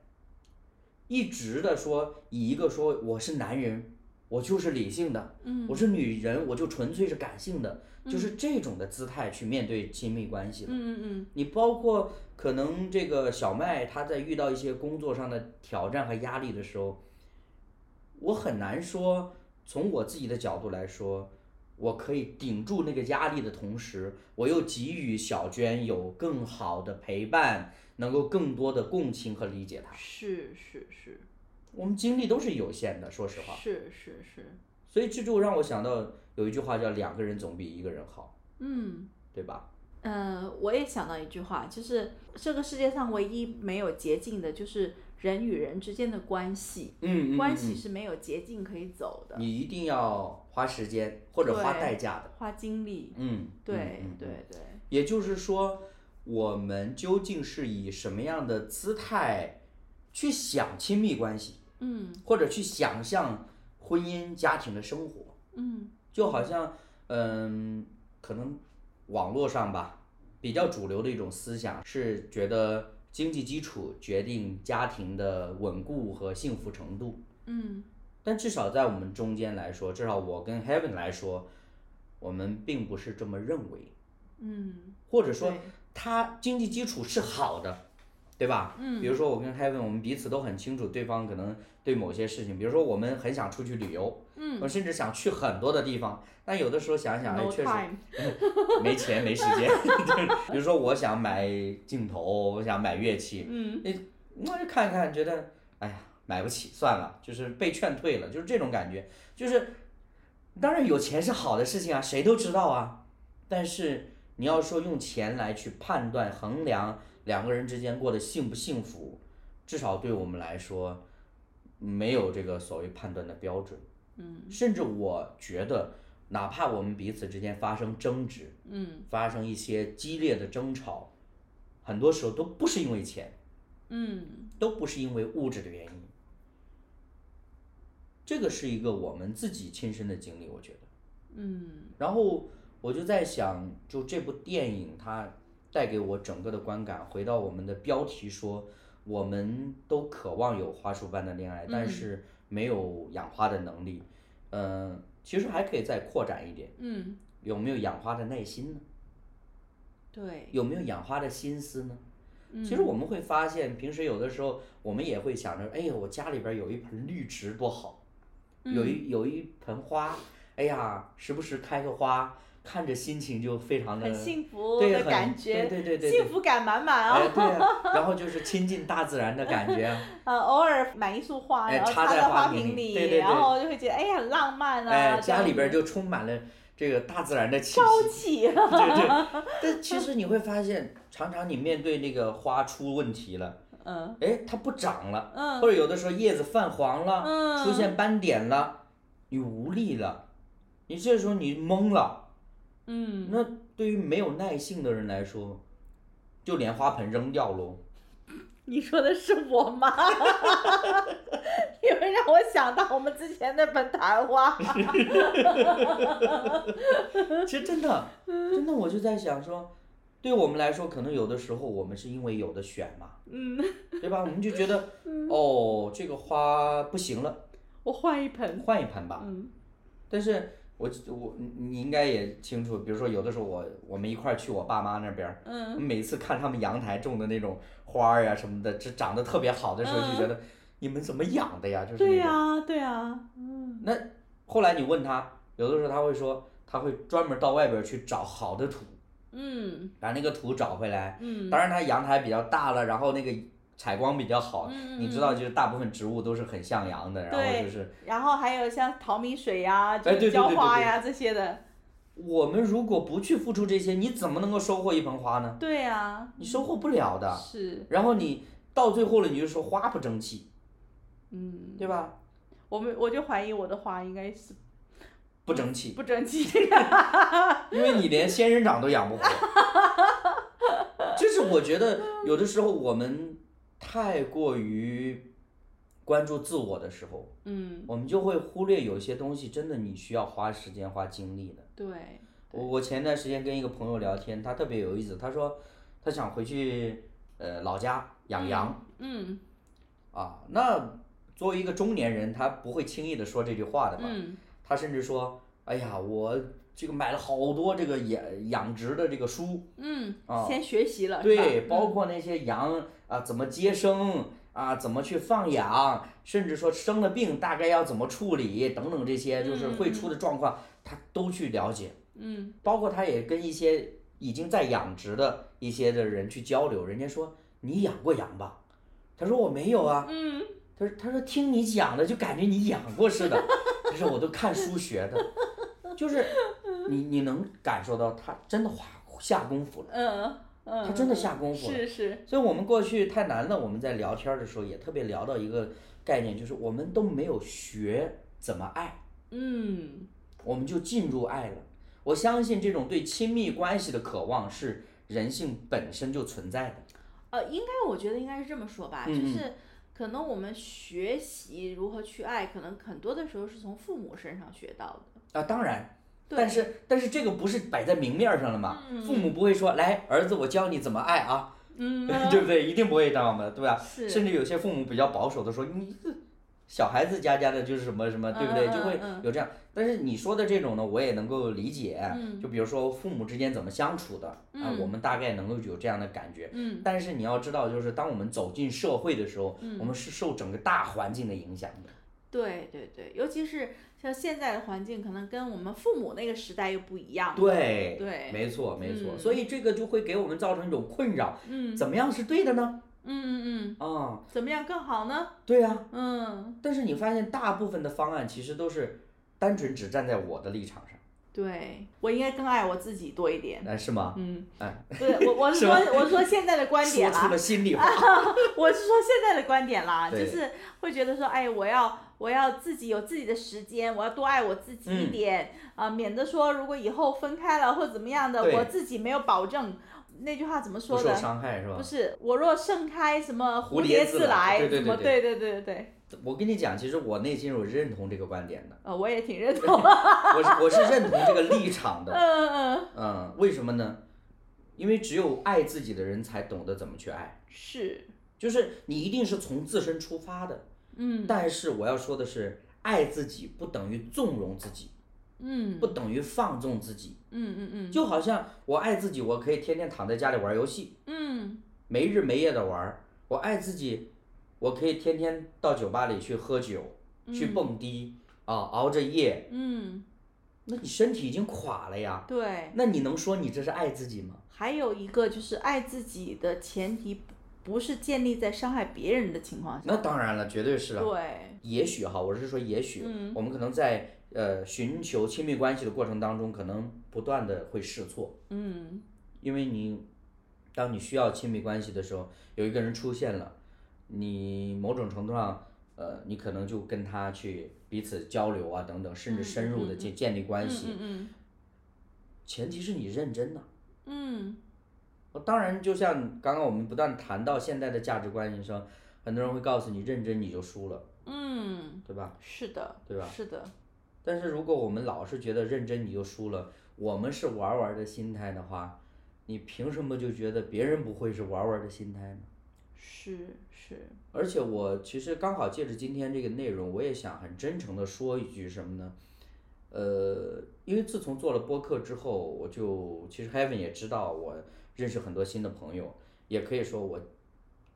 一直的说以一个说我是男人，我就是理性的，嗯我是女人，我就纯粹是感性的，就是这种的姿态去面对亲密关系了。嗯嗯嗯，你包括可能这个小麦，他在遇到一些工作上的挑战和压力的时候，我很难说从我自己的角度来说，我可以顶住那个压力的同时，我又给予小娟有更好的陪伴，能够更多的共情和理解她。是是是我们精力都是有限的，说实话，是是是，所以这就让我想到有一句话叫“两个人总比一个人好嗯。”，对吧？呃，我也想到一句话，就是这个世界上唯一没有捷径的，就是人与人之间的关系，嗯，嗯关系嗯是没有捷径可以走的，你一定要花时间或者花对代价的。花精力，嗯，对嗯嗯嗯对对，也就是说，我们究竟是以什么样的姿态去想亲密关系，嗯或者去想象婚姻家庭的生活？嗯就好像，嗯，可能网络上吧，比较主流的一种思想是觉得经济基础决定家庭的稳固和幸福程度。嗯但至少在我们中间来说，至少我跟 Heaven 来说，我们并不是这么认为，嗯，或者说对他经济基础是好的，对吧？嗯比如说我跟 Heaven，我们彼此都很清楚对方可能对某些事情，比如说我们很想出去旅游，嗯我甚至想去很多的地方，但有的时候想想，哎， ，no 确实 time，没钱没时间。 就是比如说我想买镜头，我想买乐器，嗯那就看看，觉得哎呀买不起，算了，就是被劝退了，就是这种感觉。就是当然有钱是好的事情啊，谁都知道啊。但是你要说用钱来去判断衡量两个人之间过得幸不幸福，至少对我们来说，没有这个所谓判断的标准。嗯甚至我觉得，哪怕我们彼此之间发生争执，嗯发生一些激烈的争吵，很多时候都不是因为钱。嗯，都不是因为物质的原因。这个是一个我们自己亲身的经历，我觉得。嗯。然后我就在想，就这部电影它带给我整个的观感，回到我们的标题说，我们都渴望有花束般的恋爱，但是没有养花的能力。嗯、其实还可以再扩展一点，嗯有没有养花的耐心呢？对，有没有养花的心思呢？嗯其实我们会发现，平时有的时候我们也会想着，哎呀，我家里边儿有一盆绿植多好，有一有一盆花，哎呀，时不时开个花，看着心情就非常的很幸福对的很感觉，对对对对幸福感满满哎，啊！对啊，然后就是亲近大自然的感觉啊，呃，偶尔买一束花，哎然后插在到花花瓶瓶里对对然对后就会觉得哎呀很浪漫啊。哎，这家样里边儿子就充满了这个大自然的气朝息。气。对对，但其实你会发现，常常你面对那个花出问题了，嗯哎，它不长了，嗯或者有的时候叶子泛黄了，嗯出现斑点了，你无力了，你这时候你懵了。嗯，那对于没有耐性的人来说，就连花盆扔掉喽。你说的是我吗？ 因为让我想到我们之前那本昙花。嗯其实真的，真的，我就在想说，对我们来说，可能有的时候我们是因为有的选嘛，嗯，对吧？我们就觉得，哦，这个花不行了，我换一盆。换一盆吧。嗯但是我我你你应该也清楚，比如说有的时候我我们一块儿去我爸妈那边儿，嗯，每次看他们阳台种的那种花儿呀什么的，这长得特别好的时候，就觉得、你们怎么养的呀？就是嗯对那呀、种。对呀、嗯，后来你问他，有的时候他会说，他会专门到外边儿去找好的土，嗯把那个土找回来。嗯，当然，他阳台比较大了，然后那个采光比较好，嗯你知道，就是大部分植物都是很向阳的，然后对就是哎然后还有像淘米水呀、对对对浇对花对呀这些的，我们如果不去付出这些，你怎么能够收获一盆花呢？对呀、你收获不了嗯的。是，然后你到最后了，你就说花不争气，嗯，对吧？我们我就怀疑我的花应该是不争气，不争气，因为你连仙人掌都养不活。就是我觉得有的时候我们太过于关注自我的时候， 嗯，我们就会忽略有些东西真的你需要花时间花精力的。对，我我前段时间跟一个朋友聊天，他特别有意思，他说他想回去呃老家养羊、嗯啊。那作为一个中年人，他不会轻易的说这句话的嘛。嗯他甚至说：“哎呀，我这个买了好多这个养养殖的这个书，嗯、啊先学习了，是吧嗯对，包括那些羊啊怎么接生啊，怎么去放养，甚至说生了病大概要怎么处理等等这些，就是会出的状况，他都去了解。嗯，包括他也跟一些已经在养殖的一些的人去交流，人家说你养过羊吧？他说我没有啊。嗯，他说他说听你讲的就感觉你养过似 的。他说我都看书学的，就是 你你能感受到他真的花下功夫了，嗯嗯，他真的下功夫了。是是，所以我们过去太难了，我们在聊天的时候也特别聊到一个概念，就是我们都没有学怎么爱。嗯我们就进入爱了。我相信这种对亲密关系的渴望是人性本身就存在的。呃，应该我觉得应该是这么说吧，嗯嗯就是可能我们学习如何去爱，可能很多的时候是从父母身上学到的。啊，当然，对但是但是这个不是摆在明面上了嘛？嗯父母不会说，来，儿子，我教你怎么爱啊，嗯 对不对？一定不会这样的，对吧？是甚至有些父母比较保守的说，你这小孩子家家的就是什么什么，对不对？嗯嗯就会嗯有这样。但是你说的这种呢，我也能够理解。嗯就比如说父母之间怎么相处的、哎啊嗯，我们大概能够有这样的感觉。嗯但是你要知道，就是当我们走进社会的时候，嗯我们是受整个大环境的影响的。对对对，尤其是像现在的环境，可能跟我们父母那个时代又不一样。对，对没错，没错。嗯所以这个就会给我们造成一种困扰，嗯怎么样是对的呢？嗯嗯啊、嗯，怎么样更好呢？对啊。嗯，但是你发现大部分的方案其实都是单纯只站在我的立场上，对我应该更爱我自己多一点。哎，是吗？嗯，哎，不是我我是是说吗我说现在的观说点啊出啦，了心里话。 我是说现在的观点啦，就对是会觉得说，哎，我要我要自己有自己的时间，我要多爱我自己一嗯点啊、免得说如果以后分开了或者怎么样的，对我自己没有保证。那句话啊怎么不说受的？伤害是吧不？是，我若盛开，什么蝴蝶蝶自自来对对什么对对对对对对，我跟你讲，其实我内心我是认同这个观点的，呃，我也挺认同。嗯我是我是认同这个立场的。嗯，嗯嗯，为什么呢？因为只有爱自己的人才懂得怎么去爱，嗯是，就是你一定是从自身出发的。嗯但是我要说的是，爱自己不等于纵容自己，嗯不等于放纵自己。嗯嗯嗯就好像我爱自己，我可以天天躺在家里玩游戏，嗯没日没夜的玩儿；我爱自己，我可以天天到酒吧里去喝酒，去蹦迪啊，熬着夜。嗯，那你身体已经垮了呀，对。那你能说你这是爱自己吗？还有一个就是爱自己的前提，不是建立在伤害别人的情况下。那当然了，绝对是啊。对，也许哈，我是说也许，嗯我们可能在呃寻求亲密关系的过程当中，可能不断的会试错，嗯因为你当你需要亲密关系的时候，有一个人出现了，你某种程度上，呃，你可能就跟他去彼此交流啊等等，甚至深入的嗯嗯嗯建建立关系，嗯前提是你认真呐、嗯嗯我当然，就像刚刚我们不断谈到现在的价值观，你说很多人会告诉你认真你就输了，嗯，对吧？是的，对吧是的，但是如果我们老是觉得认真你就输了，我们是玩玩的心态的话，你凭什么就觉得别人不会是玩玩的心态呢？是是，而且我其实刚好借着今天这个内容，我也想很真诚的说一句什么呢？呃，因为自从做了播客之后，我就其实 Heaven 也知道我认识很多新的朋友，也可以说我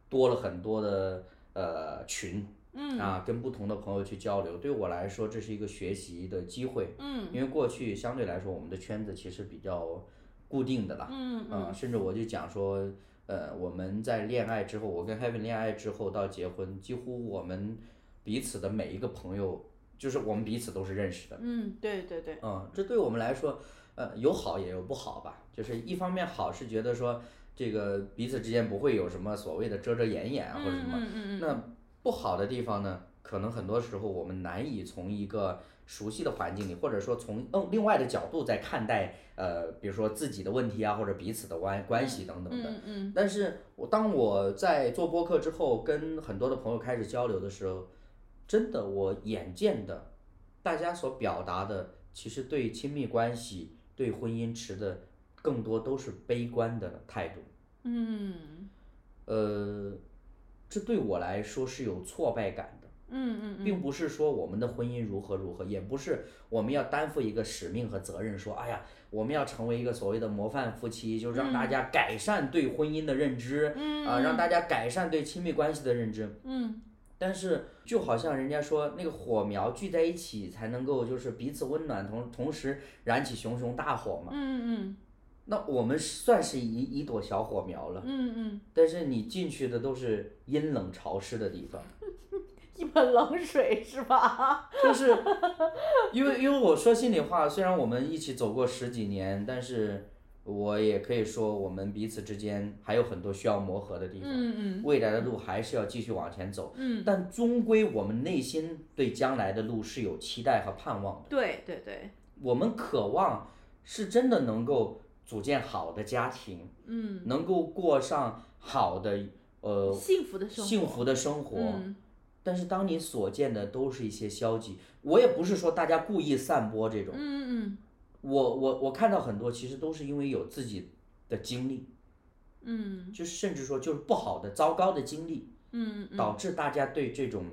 多了很多的呃群，嗯啊，跟不同的朋友去交流，对我来说这是一个学习的机会，嗯因为过去相对来说我们的圈子其实比较固定的啦，嗯嗯，甚至我就讲说，呃，我们在恋爱之后，我跟 Heaven 恋爱之后到结婚，几乎我们彼此的每一个朋友，就是我们彼此都是认识的。嗯，对对对，嗯，这对我们来说，呃，有好也有不好吧。就是一方面好是觉得说，这个彼此之间不会有什么所谓的遮遮掩掩啊或者什么。嗯嗯嗯那不好的地方呢，可能很多时候我们难以从一个熟悉的环境里，或者说从嗯另外的角度在看待呃，比如说自己的问题啊，或者彼此的关关系等等的。嗯嗯但是我当我在做播客之后，跟很多的朋友开始交流的时候，真的我眼见的，大家所表达的，其实对亲密关系、对婚姻持的更多都是悲观的态度。嗯呃，这对我来说是有挫败感的。嗯嗯，并不是说我们的婚姻如何如何，也不是我们要担负一个使命和责任，说哎呀，我们要成为一个所谓的模范夫妻，就让大家改善对婚姻的认知，嗯啊，让大家改善对亲密关系的认知。嗯但是就好像人家说那个火苗聚在一起才能够就是彼此温暖同，同时燃起熊熊大火嘛。嗯嗯那我们算是一一朵小火苗了，嗯嗯，但是你进去的都是阴冷潮湿的地方。一盆冷水是吧？就是因为因为我说心里话，虽然我们一起走过十几年，但是我也可以说我们彼此之间还有很多需要磨合的地方，嗯嗯未来的路还是要继续往前走。嗯，但终归，我们内心对将来的路是有期待和盼望的。对对对，我们渴望是真的能够组建好的家庭，嗯，能够过上好的呃幸福的生活，幸福的生活。嗯但是当你所见的都是一些消极，我也不是说大家故意散播这种，嗯我我我看到很多其实都是因为有自己的经历，嗯嗯就是甚至说就是不好的、糟糕的经历，嗯导致大家对这种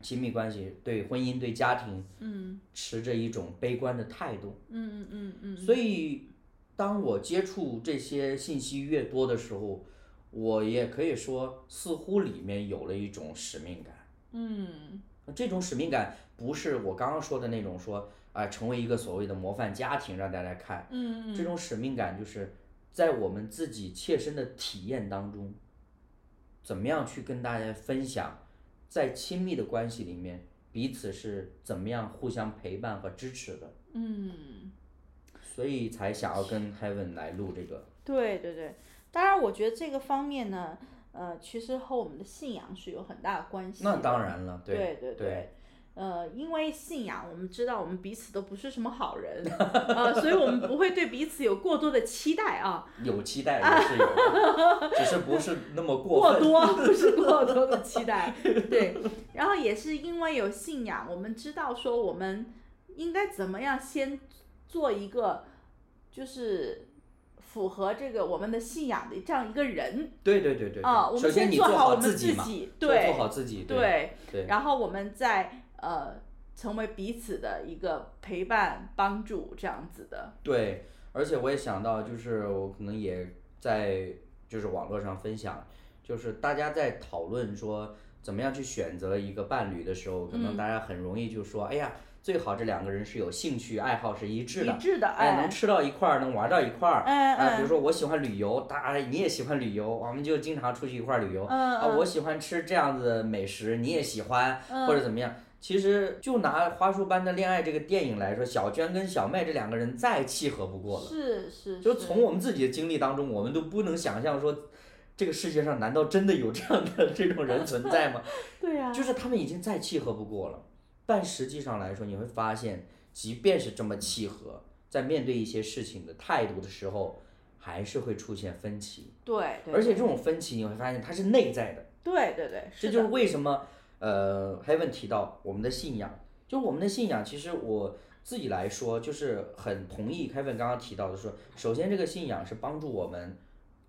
亲密关系、对婚姻、对家庭嗯持着一种悲观的态度。嗯嗯嗯，所以，当我接触这些信息越多的时候，我也可以说，似乎里面有了一种使命感。嗯这种使命感不是我刚刚说的那种说啊、成为一个所谓的模范家庭让大家看，嗯这种使命感就是在我们自己切身的体验当中，怎么样去跟大家分享，在亲密的关系里面彼此是怎么样互相陪伴和支持的，嗯。所以才想要跟 Heaven 来录这个。对对对，当然，我觉得这个方面呢，呃，其实和我们的信仰是有很大的关系的。那当然了，对对对呃，因为信仰，我们知道我们彼此都不是什么好人，呃，所以我们不会对彼此有过多的期待啊，有期待也是有 的，只是不是那么过过分。 多不是过多的期待，对。然后也是因为有信仰，我们知道说我们应该怎么样先做一个，就是符合这个我们的信仰的这样一个人，对对对对对啊，我首们先先你做好我们自己嘛，己，做对做好自己，对对，对然后我们再呃成为彼此的一个陪伴、帮助这样子的，对，而且我也想到，就是我可能也在就是网络上分享，就是大家在讨论说怎么样去选择一个伴侣的时候，可能大家很容易就说，哎呀，最好这两个人是有兴趣爱好是一致的一，致的，哎，能哎，吃到一块儿，能玩到一块儿。哎啊，比如哎，说我喜欢旅游，大你也喜欢旅游，我们就经常出去一块儿旅游。嗯嗯啊，我喜欢吃这样子的美食，你也喜欢，或者怎么样。其实就拿《花束般的恋爱》这个电影来说，小娟跟小麦这两个人再契合不过了。是是，就是从我们自己的经历当中，我们都不能想象说，这个世界上难道真的有这样的这种人存在吗？对啊呀，就是他们已经再契合不过了。但实际上来说，你会发现，即便是这么契合，在面对一些事情的态度的时候，还是会出现分歧。对，对而且这种分歧，你会发现它是内在的。对对对，这是就是的为什么呃，还问提到我们的信仰，就我们的信仰，其实我自己来说，就是很同意凯文刚刚提到的说，首先这个信仰是帮助我们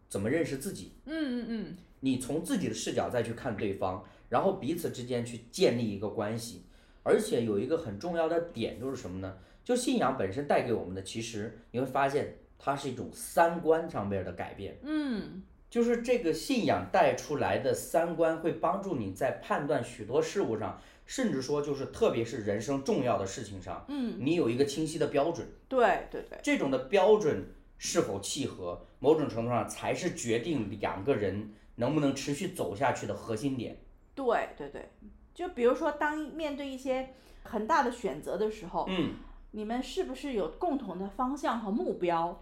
怎么认识自己，嗯嗯嗯，你从自己的视角再去看对方，然后彼此之间去建立一个关系。而且有一个很重要的点就是什么呢？就信仰本身带给我们的，其实你会发现它是一种三观上面的改变。嗯，就是这个信仰带出来的三观，会帮助你在判断许多事物上，甚至说就是特别是人生重要的事情上，嗯，你有一个清晰的标准。对对对，这种的标准是否契合，某种程度上才是决定两个人能不能持续走下去的核心点。对对对，就比如说，当面对一些很大的选择的时候，嗯，你们是不是有共同的方向和目标？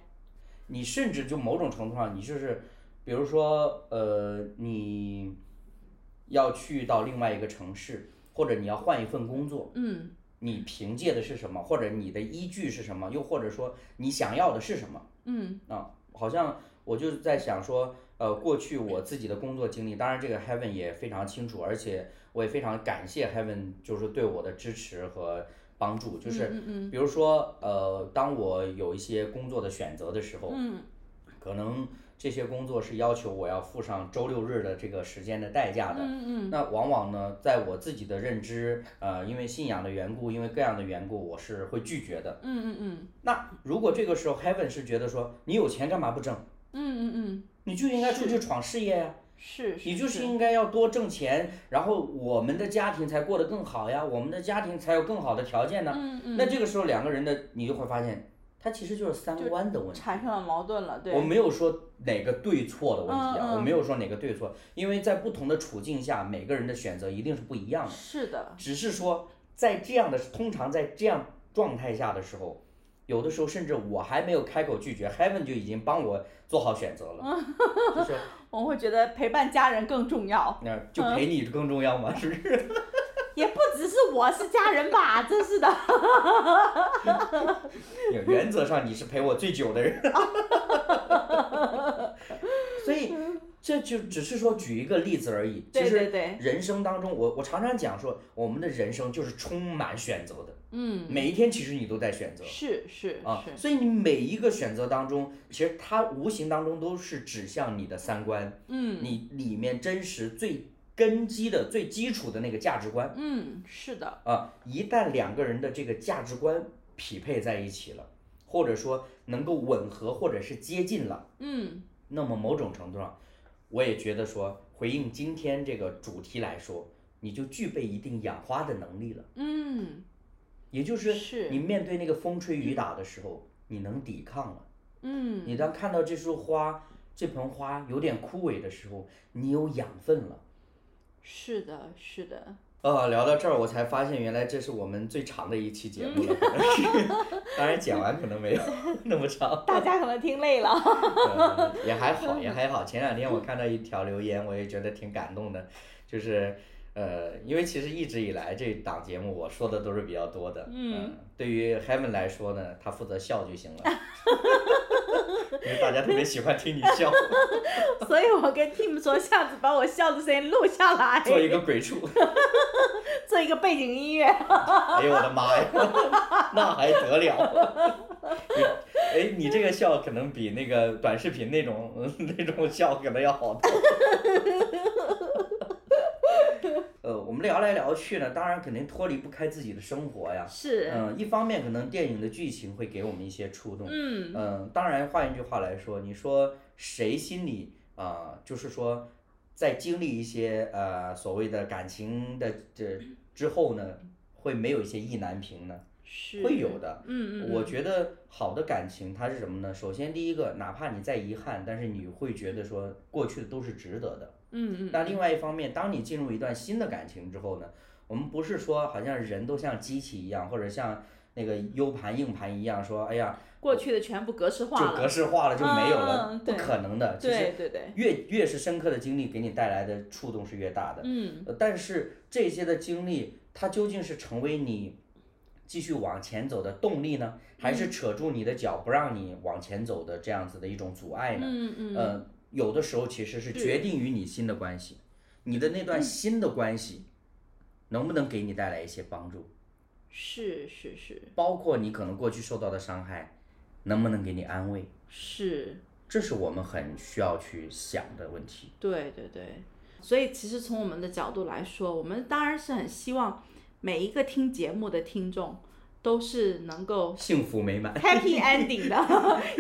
你甚至就某种程度上，你就是，比如说，呃，你要去到另外一个城市，或者你要换一份工作，嗯，你凭借的是什么，或者你的依据是什么，又或者说你想要的是什么嗯啊？好像我就在想说，呃，过去我自己的工作经历，当然这个 Heaven 也非常清楚，而且我也非常感谢 Heaven 就是对我的支持和帮助，就是嗯嗯比如说，呃，当我有一些工作的选择的时候，嗯可能这些工作是要求我要付上周六日的这个时间的代价的。嗯嗯那往往呢，在我自己的认知，呃，因为信仰的缘故，因为各样的缘故，我是会拒绝的。嗯嗯那如果这个时候 Heaven 是觉得说，你有钱干嘛不挣？嗯嗯嗯，你就应该出去闯事业呀、是，你就是是应该要多挣钱，然后我们的家庭才过得更好呀，我们的家庭才有更好的条件呢。嗯嗯，那这个时候两个人的，你就会发现，它其实就是三就观的问题。产生了矛盾了，对，我没有说哪个对错的问题嗯啊，嗯我没有说哪个对错，因为在不同的处境下，每个人的选择一定是不一样的。是的，只是说，在这样的通常在这样状态下的时候，有的时候甚至我还没有开口拒绝，Heaven 就已经帮我做好选择了，就是我会觉得陪伴家人更 重要，那就陪你更重要嘛，是不是？也不只是我是家人吧，真是的， 原则上你是陪我最久的人， 所以这就只是说举一个例子而已。其对实对对，人生当中，我我常常讲说，我们的人生就是充满选择的，嗯，每一天其实你都在选择是是啊，是，所以你每一个选择当中，其实它无形当中都是指向你的三观，嗯你里面真实最根基的、最基础的那个价值观嗯是的，啊。一旦两个人的这个价值观匹配在一起了，或者说能够吻合或者是接近了，嗯那么某种程度上，我也觉得说，回应今天这个主题来说，你就具备一定养花的能力了。嗯也就是是你面对那个风吹雨打的时候，你能抵抗了。嗯，你当看到这束花、这盆花有点枯萎的时候，你有养分了。是的，是的，呃，聊到这儿，我才发现原来这是我们最长的一期节目了，可能是。当然剪完可能没有那么长。大家可能听累了。 呃 也还好，也还好。前两天我看到一条留言，我也觉得挺感动的，就是呃，因为其实一直以来这档节目我说的都是比较多的，呃嗯对于 Heaven 来说呢，他负责笑就行了， 因为大家特别喜欢听你笑，所以我跟 Tim 说，下次把我笑的声音录下来，做一个鬼畜，做一个背景音乐。哎呦我的妈呀，那还得了？ 你哎，你这个笑可能比那个短视频那种 那种笑可能要好多。呃，我们聊来聊去呢，当然肯定脱离不开自己的生活呀。是，嗯，一方面可能电影的剧情会给我们一些触动。嗯嗯，当然，换一句话来说，你说谁心里啊、就是说，在经历一些呃所谓的感情的这之后呢，会没有一些意难平呢？是会有的。嗯嗯，我嗯觉得好的感情它是什么呢？首先第一个，哪怕你再遗憾，但是你会觉得说过去的都是值得的。嗯嗯那另外一方面，当你进入一段新的感情之后呢，我们不是说好像人都像机器一样，或者像那个 U 盘、硬盘一样，说哎呀。过去的全部格式化就格了。式化了就没有了，嗯不对可能的。其实对对对，越越是深刻的经历，给你带来的触动是越大的。嗯呃但是这些的经历，它究竟是成为你继续往前走的动力呢，还嗯是扯住你的脚不让你往前走的这样子的一种阻碍呢？嗯嗯嗯，呃，有的时候其实是是决定于你新的关系，你的那嗯段新的关系能不能给你带来一些帮助，是是是包括你可能过去受到的伤害，能不能给你安慰。是，这是我们很需要去想的问题。对对对。所以其实从我们的角度来说，我们当然是很希望每一个听节目的听众都是能够幸福美满。 happy ending 的，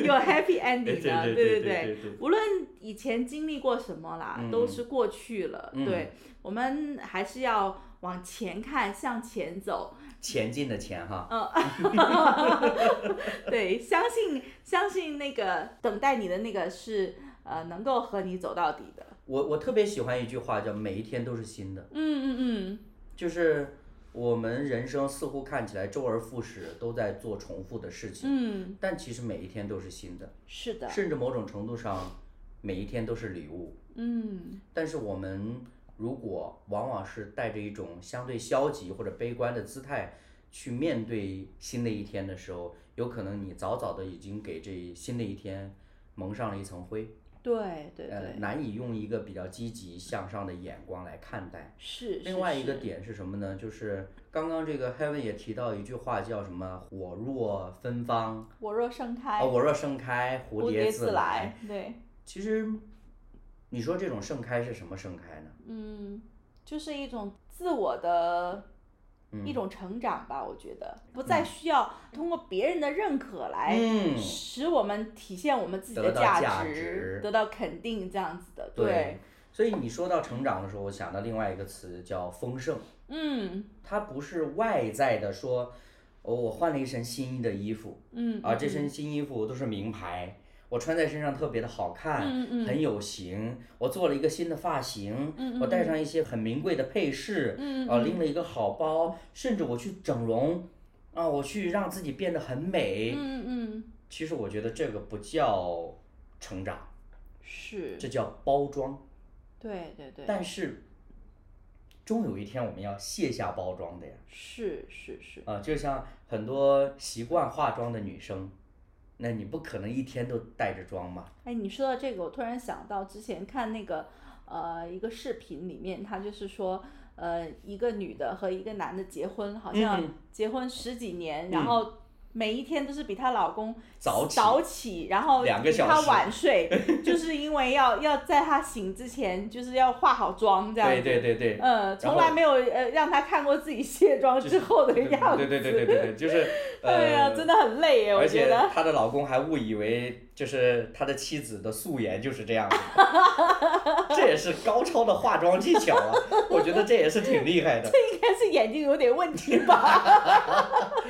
有 happy ending 的，对哎对对对。对无论以前经历过什么啦，嗯都是过去了。嗯对我们还是要往前看，向前走。 前进的前哈，对，相信相信那个等待你的那个是呃能够和你走到底的。我我特别喜欢一句话叫“每一天都是新的”，嗯嗯就是我们人生似乎看起来周而复始，都在做重复的事嗯情，嗯，但其实每一天都是新的，是的，甚至某种程度上，每一天都是礼物。嗯但是我们如果往往是带着一种相对消极或者悲观的姿态去面对新的一天的时候，有可能你早早的已经给这新的一天蒙上了一层灰，对对呃，对，难以用一个比较积极向上的眼光来看待。是。另是外一个是点是什么呢？就是刚刚这个 Heaven 也提到一句话，叫什么“我若芬芳，我若盛开啊，，我若盛开，蝴蝶蝶自自来。对。其实，你说这种盛开是什么盛开呢？嗯，就是一种自我的嗯一种成长吧，我觉得不再需要通过别人的认可来嗯，使我们体现我们自己得的到价价值值，得到肯定这样子的。对，。所以你说到成长的时候，我想到另外一个词叫丰盛，嗯它不是外在的说，哦，我换了一身新的衣服嗯啊，这身新衣服都是名牌，我穿在身上特别的好看，嗯嗯很有型，我做了一个新的发型，嗯嗯我戴上一些很名贵的配饰，嗯啊，拎了一个好包，甚至我去整容，啊，我去让自己变得很美。嗯嗯，其实我觉得这个不叫成长，是，这叫包装。对对对，但是，终有一天我们要卸下包装的呀。是是是，啊，就像很多习惯化妆的女生，那你不可能一天都带着妆嘛。哎，你说到这个，我突然想到之前看那个呃一个视频里面，他就是说呃一个女的和一个男的结婚，好像嗯结婚十几年，然后每一天都是比她老公早起早起，然后两个比小她时晚睡，就是因为要要在她醒之前就是要化好妆这样对子。对对对，嗯，从后来没有呃让她看过自己卸妆之后的样子。对对对对对对，就是。 哎呀，呃真的很累耶，我而觉且得。她的老公还误以为就是她的妻子的素颜就是这样子的，这也是高超的化妆技巧啊！我觉得这也是挺厉害 的。应该是眼睛有点问题 吧？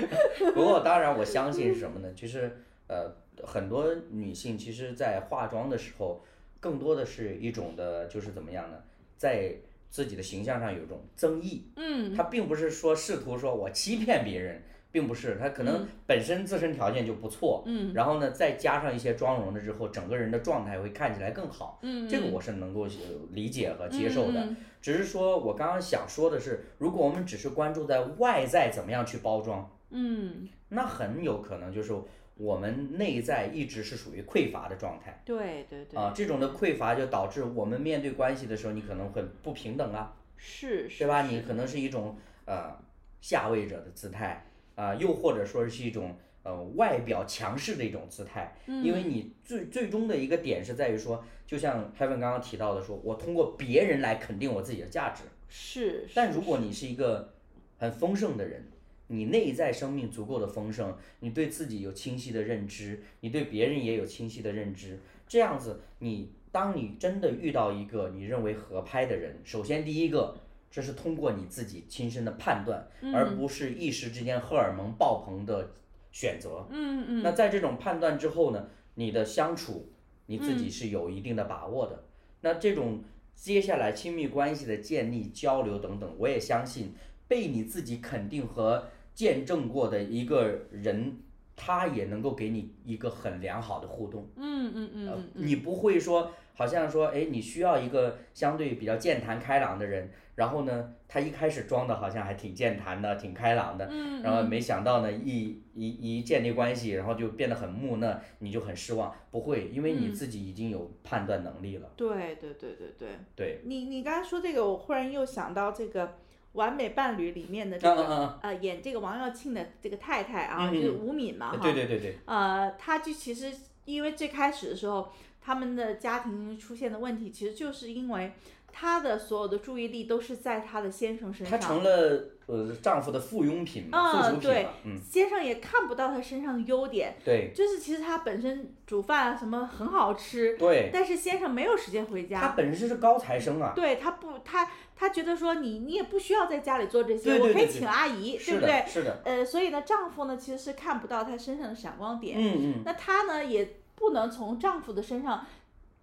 不过当然，我相信是什么呢？就是呃，很多女性其实，在化妆的时候，更多的是一种的，就是怎么样呢，在自己的形象上有一种增益。嗯，她并不是说试图说我欺骗别人，并不是，她可能本身自身条件就不错，嗯，然后呢，再加上一些妆容了之后，整个人的状态会看起来更好。嗯，这个我是能够呃理解和接受的，嗯嗯只是说我刚刚想说的是，如果我们只是关注在外在怎么样去包装，嗯，那很有可能就是我们内在一直是属于匮乏的状态对对对啊。这种的匮乏就导致我们面对关系的时候，你可能很不平等啊，是是对吧？是你可能是一种呃下位者的姿态啊、又或者说是一种呃外表强势的一种姿态，因嗯为你最最终的一个点是在于说，就像 Heaven 刚刚提到的说，我通过别人来肯定我自己的价值。是，是但如果你是一个很丰盛的人，你内在生命足够的丰盛，你对自己有清晰的认知，你对别人也有清晰的认知，这样子你当你真的遇到一个你认为合拍的人，首先第一个。这是通过你自己亲身的判断，嗯而不是一时之间荷尔蒙爆棚的选择。嗯嗯那在这种判断之后呢，你的相处你自己是有一定的把握的。那这种接下来亲密关系的建立、交流等等，我也相信被你自己肯定和见证过的一个人，他也能够给你一个很良好的互动。嗯嗯呃嗯嗯，你不会说，好像说，哎，你需要一个相对比较健谈开朗的人，然后呢，他一开始装的好像还挺健谈的，挺开朗的，嗯然后没想到呢，一一一建立关系，然后就变得很木讷，你就很失望。不会，因为嗯你自己已经有判断能力了。对对对对对，对，你你刚才说这个，我忽然又想到这个《完美伴侣》里面的这嗯个嗯呃演这个王耀庆的这个太太啊，嗯就是嗯吴敏嘛嗯，哈对，对对对，呃，她就其实因为最开始的时候，他们的家庭出现的问题，其实就是因为她的所有的注意力都是在她的先生身她上，成了呃丈夫的附庸品嘛，啊附属品对嘛，嗯，先生也看不到她身上的优点，对就是其实她本身煮饭啊什么很好吃，对，但是先生没有时间回她家。本身就是高材生啊，对他不，他他觉得说你你也不需要在家里做这些，对对我可对以对请阿姨，对是不对？的，是的，呃，所以呢，丈夫呢其实是看不到她身上的闪光点，嗯嗯，那她呢也不能从丈夫的身上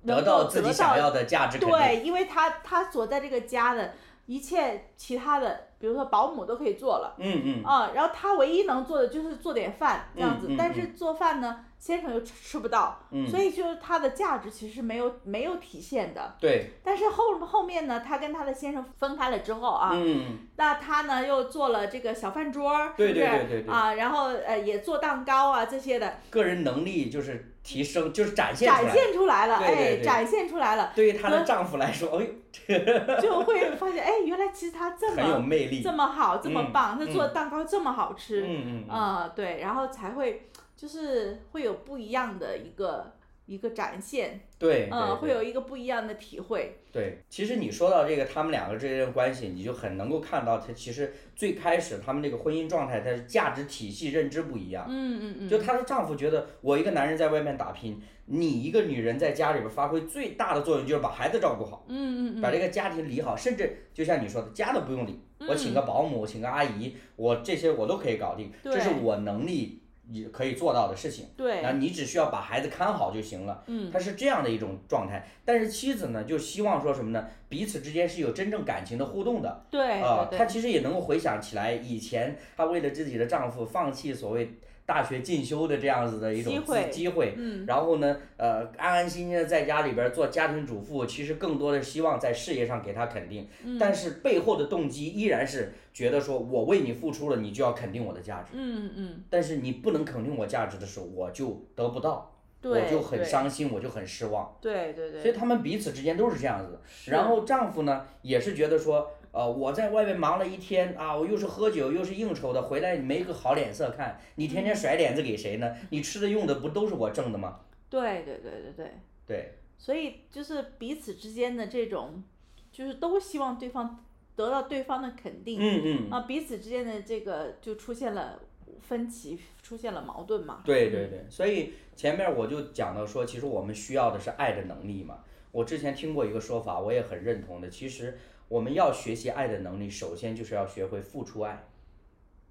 能得够到自己得想到要的价值肯定，对，因为她她所在这个家的一切其他的，比如说保姆都可以做了。嗯嗯，啊、然后她唯一能做的就是做点饭这样子，嗯嗯但是做饭呢，先生又吃吃不到，嗯所以就是她的价值其实没有没有体现的。对，但是后后面呢，她跟她的先生分开了之后啊，嗯，那她呢又做了这个小饭桌儿，对对是对不对是对，啊？然后呃也做蛋糕啊这些的，个人能力就是提升，就是展现出展来。现出来了，对对哎，对展现出来了，对于她的丈夫来说，哎， 就会发现哎，原来其实她这很有么魅力。这么好，这么棒，她嗯做的蛋糕这么好吃，嗯嗯嗯，啊、对，然后才会就是会有不一样的一个一个展现，对，嗯、对会有一个不一样的体会，对，其实你说到这个他们两个之间的关系，你就很能够看到，他其实最开始他们这个婚姻状态，它是价值体系认知不一样。嗯嗯嗯，就她的丈夫觉得，我一个男人在外面打拼，你一个女人在家里边发挥最大的作用就是把孩子照顾好，嗯嗯把嗯，这个家庭理好，甚至就像你说的，家都不用理，我请个保姆，我请个阿姨，我这些我都可以搞定，这是对我能力也可以做到的事情。嗯对，然后你只需要把孩子看好就行了。嗯他是这样的一种状态。但是妻子呢，就希望说什么呢？彼此之间是有真正感情的互动的。对啊、对她对，其实也能够回想起来，以前她为了自己的丈夫放弃所谓大学进修的这样子的一种机自会机会。嗯然后呢，呃，安安心心的在家里边做家庭主妇，其实更多的希望在事业上给她肯定，嗯但是背后的动机依然是觉得说，我为你付出了，你就要肯定我的价值。嗯嗯，但是你不能肯定我价值的时候，我就得不到，对，我就很对，伤心，我就很失望。对对对，所以他们彼此之间都是这样子的。是然后丈夫呢，也是觉得说，呃，我在外面忙了一天啊，我又是喝酒又是应酬的，回来没个好脸色看，你天天甩脸子给谁呢？嗯你吃的用的不都是我挣的吗？对对对对对，对，所以就是彼此之间的这种，就是都希望对方得到对方的肯定，嗯嗯，啊，彼此之间的这个就出现了分歧，出现了矛盾嘛。对对对。所以前面我就讲到说，其实我们需要的是爱的能力嘛。我之前听过一个说法，我也很认同的。其实我们要学习爱的能力，首先就是要学会付出爱。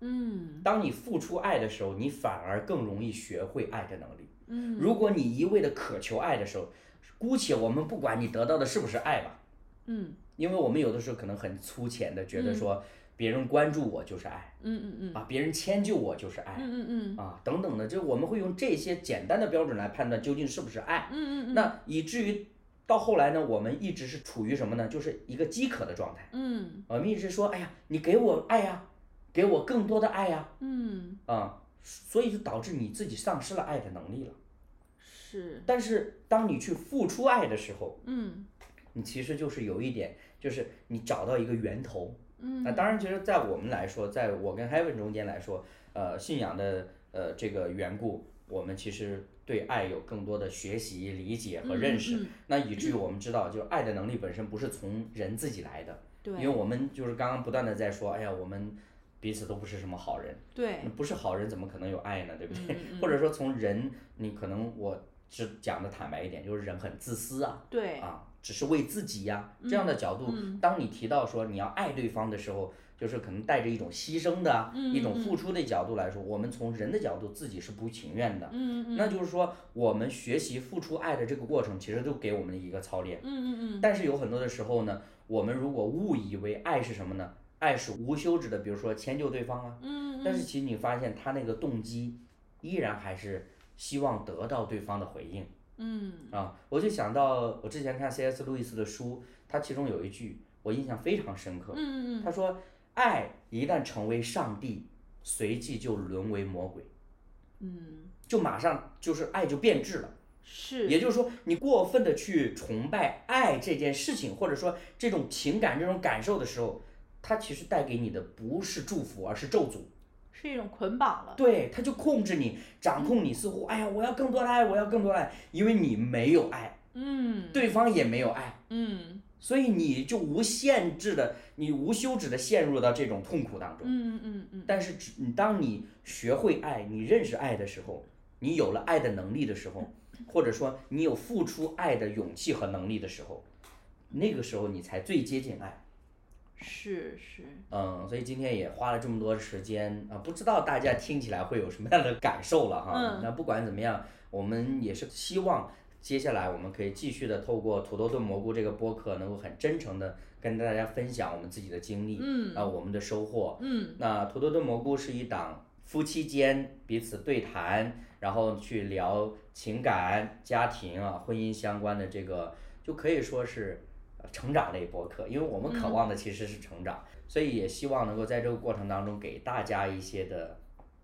嗯当你付出爱的时候，你反而更容易学会爱的能力。嗯，如果你一味的渴求爱的时候，姑且我们不管你得到的是不是爱吧，嗯因为我们有的时候可能很粗浅的觉得说，别人关注我就是爱嗯嗯嗯啊，别人迁就我就是嗯爱嗯嗯啊，等等的，就我们会用这些简单的标准来判断究竟是不是爱。嗯嗯嗯那以至于到后来呢，我们一直是处于什么呢？就是一个饥渴的状态。嗯我们一直说，哎呀，你给我爱呀、给我更多的爱呀、嗯，啊，所以就导致你自己丧失了爱的能力了。是，但是当你去付出爱的时候，嗯你其实就是有一点，就是你找到一个源头。那嗯当然，其实在我们来说，在我跟 Heaven 中间来说，呃，信仰的呃这个缘故，我们其实对爱有更多的学习、理解和认识。嗯嗯那以至于我们知道，就是爱的能力本身不是从人自己来的，因为对我们就是刚刚不断的在说，哎呀，我们彼此都不是什么好人。那对，嗯不是好人怎么可能有爱呢？对不对？嗯嗯 或者说从人，你可能我只讲的坦白一点，就是人很自私啊，对嗯啊，只是为自己呀、这样的角度，当你提到说你要爱对方的时候，就是可能带着一种牺牲的啊、嗯一种付出的角度来说，我们从人的角度自己是不情愿的。嗯嗯那就是说，我们学习付出爱的这个过程，其实都给我们一个操练。嗯嗯但是有很多的时候呢，我们如果误以为爱是什么呢？爱是无休止的，比如说迁就对方啊，嗯但是其实你发现他那个动机依然还是希望得到对方的回应嗯啊。我就想到我之前看 C.S. 路易斯的书，他其中有一句我印象非常深刻，嗯嗯他说：“爱一旦成为上帝，随即就沦为魔鬼，嗯就马上就是爱就变质了。”是，也就是说，你过分的去崇拜爱这件事情，或者说这种情感、这种感受的时候，它其实带给你的不是祝福，而是咒诅。是一种捆绑了，对，他就控制你，掌控你，似乎哎呀，我要更多的爱，我要更多的爱，因为你没有爱，嗯哎对方也没有爱，嗯所以你就无限制的，你无休止的陷入到这种痛苦当中。嗯嗯嗯但是只，你当你学会爱，你认识爱的时候，你有了爱的能力的时候，嗯或者说你有付出爱的勇气和能力的时候，那个时候你才最接近爱。是是，嗯，所以今天也花了这么多时间啊，不知道大家听起来会有什么样的感受了哈。嗯那不管怎么样，我们也是希望接下来我们可以继续的透过土豆炖蘑菇这个播客，能够很真诚的跟大家分享我们自己的经历，嗯啊，我们的收获，嗯那土豆炖蘑菇是一档夫妻间彼此对谈，然后去聊情感、家庭啊、婚姻相关的这个，就可以说是呃成长类播客，因为我们渴望嗯的其实是成长，所以也希望能够在这个过程当中给大家一些的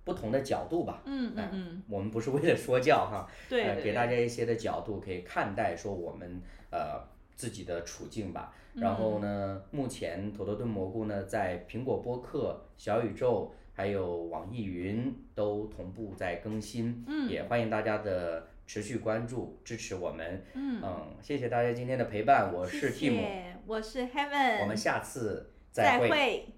不同的角度吧。哎嗯嗯嗯，我们不是为了说教哈，对呃，对给对大家一些的角度可以看待说我们呃自己的处境吧。然后嗯呢，目前土豆炖蘑菇呢在苹果播客、小宇宙还有网易云都同步在更新，嗯也欢迎大家的持续关注支持我们。嗯，谢谢大家今天的陪伴，我是谢 Tim，谢我是 Heaven，我们下次再会。会。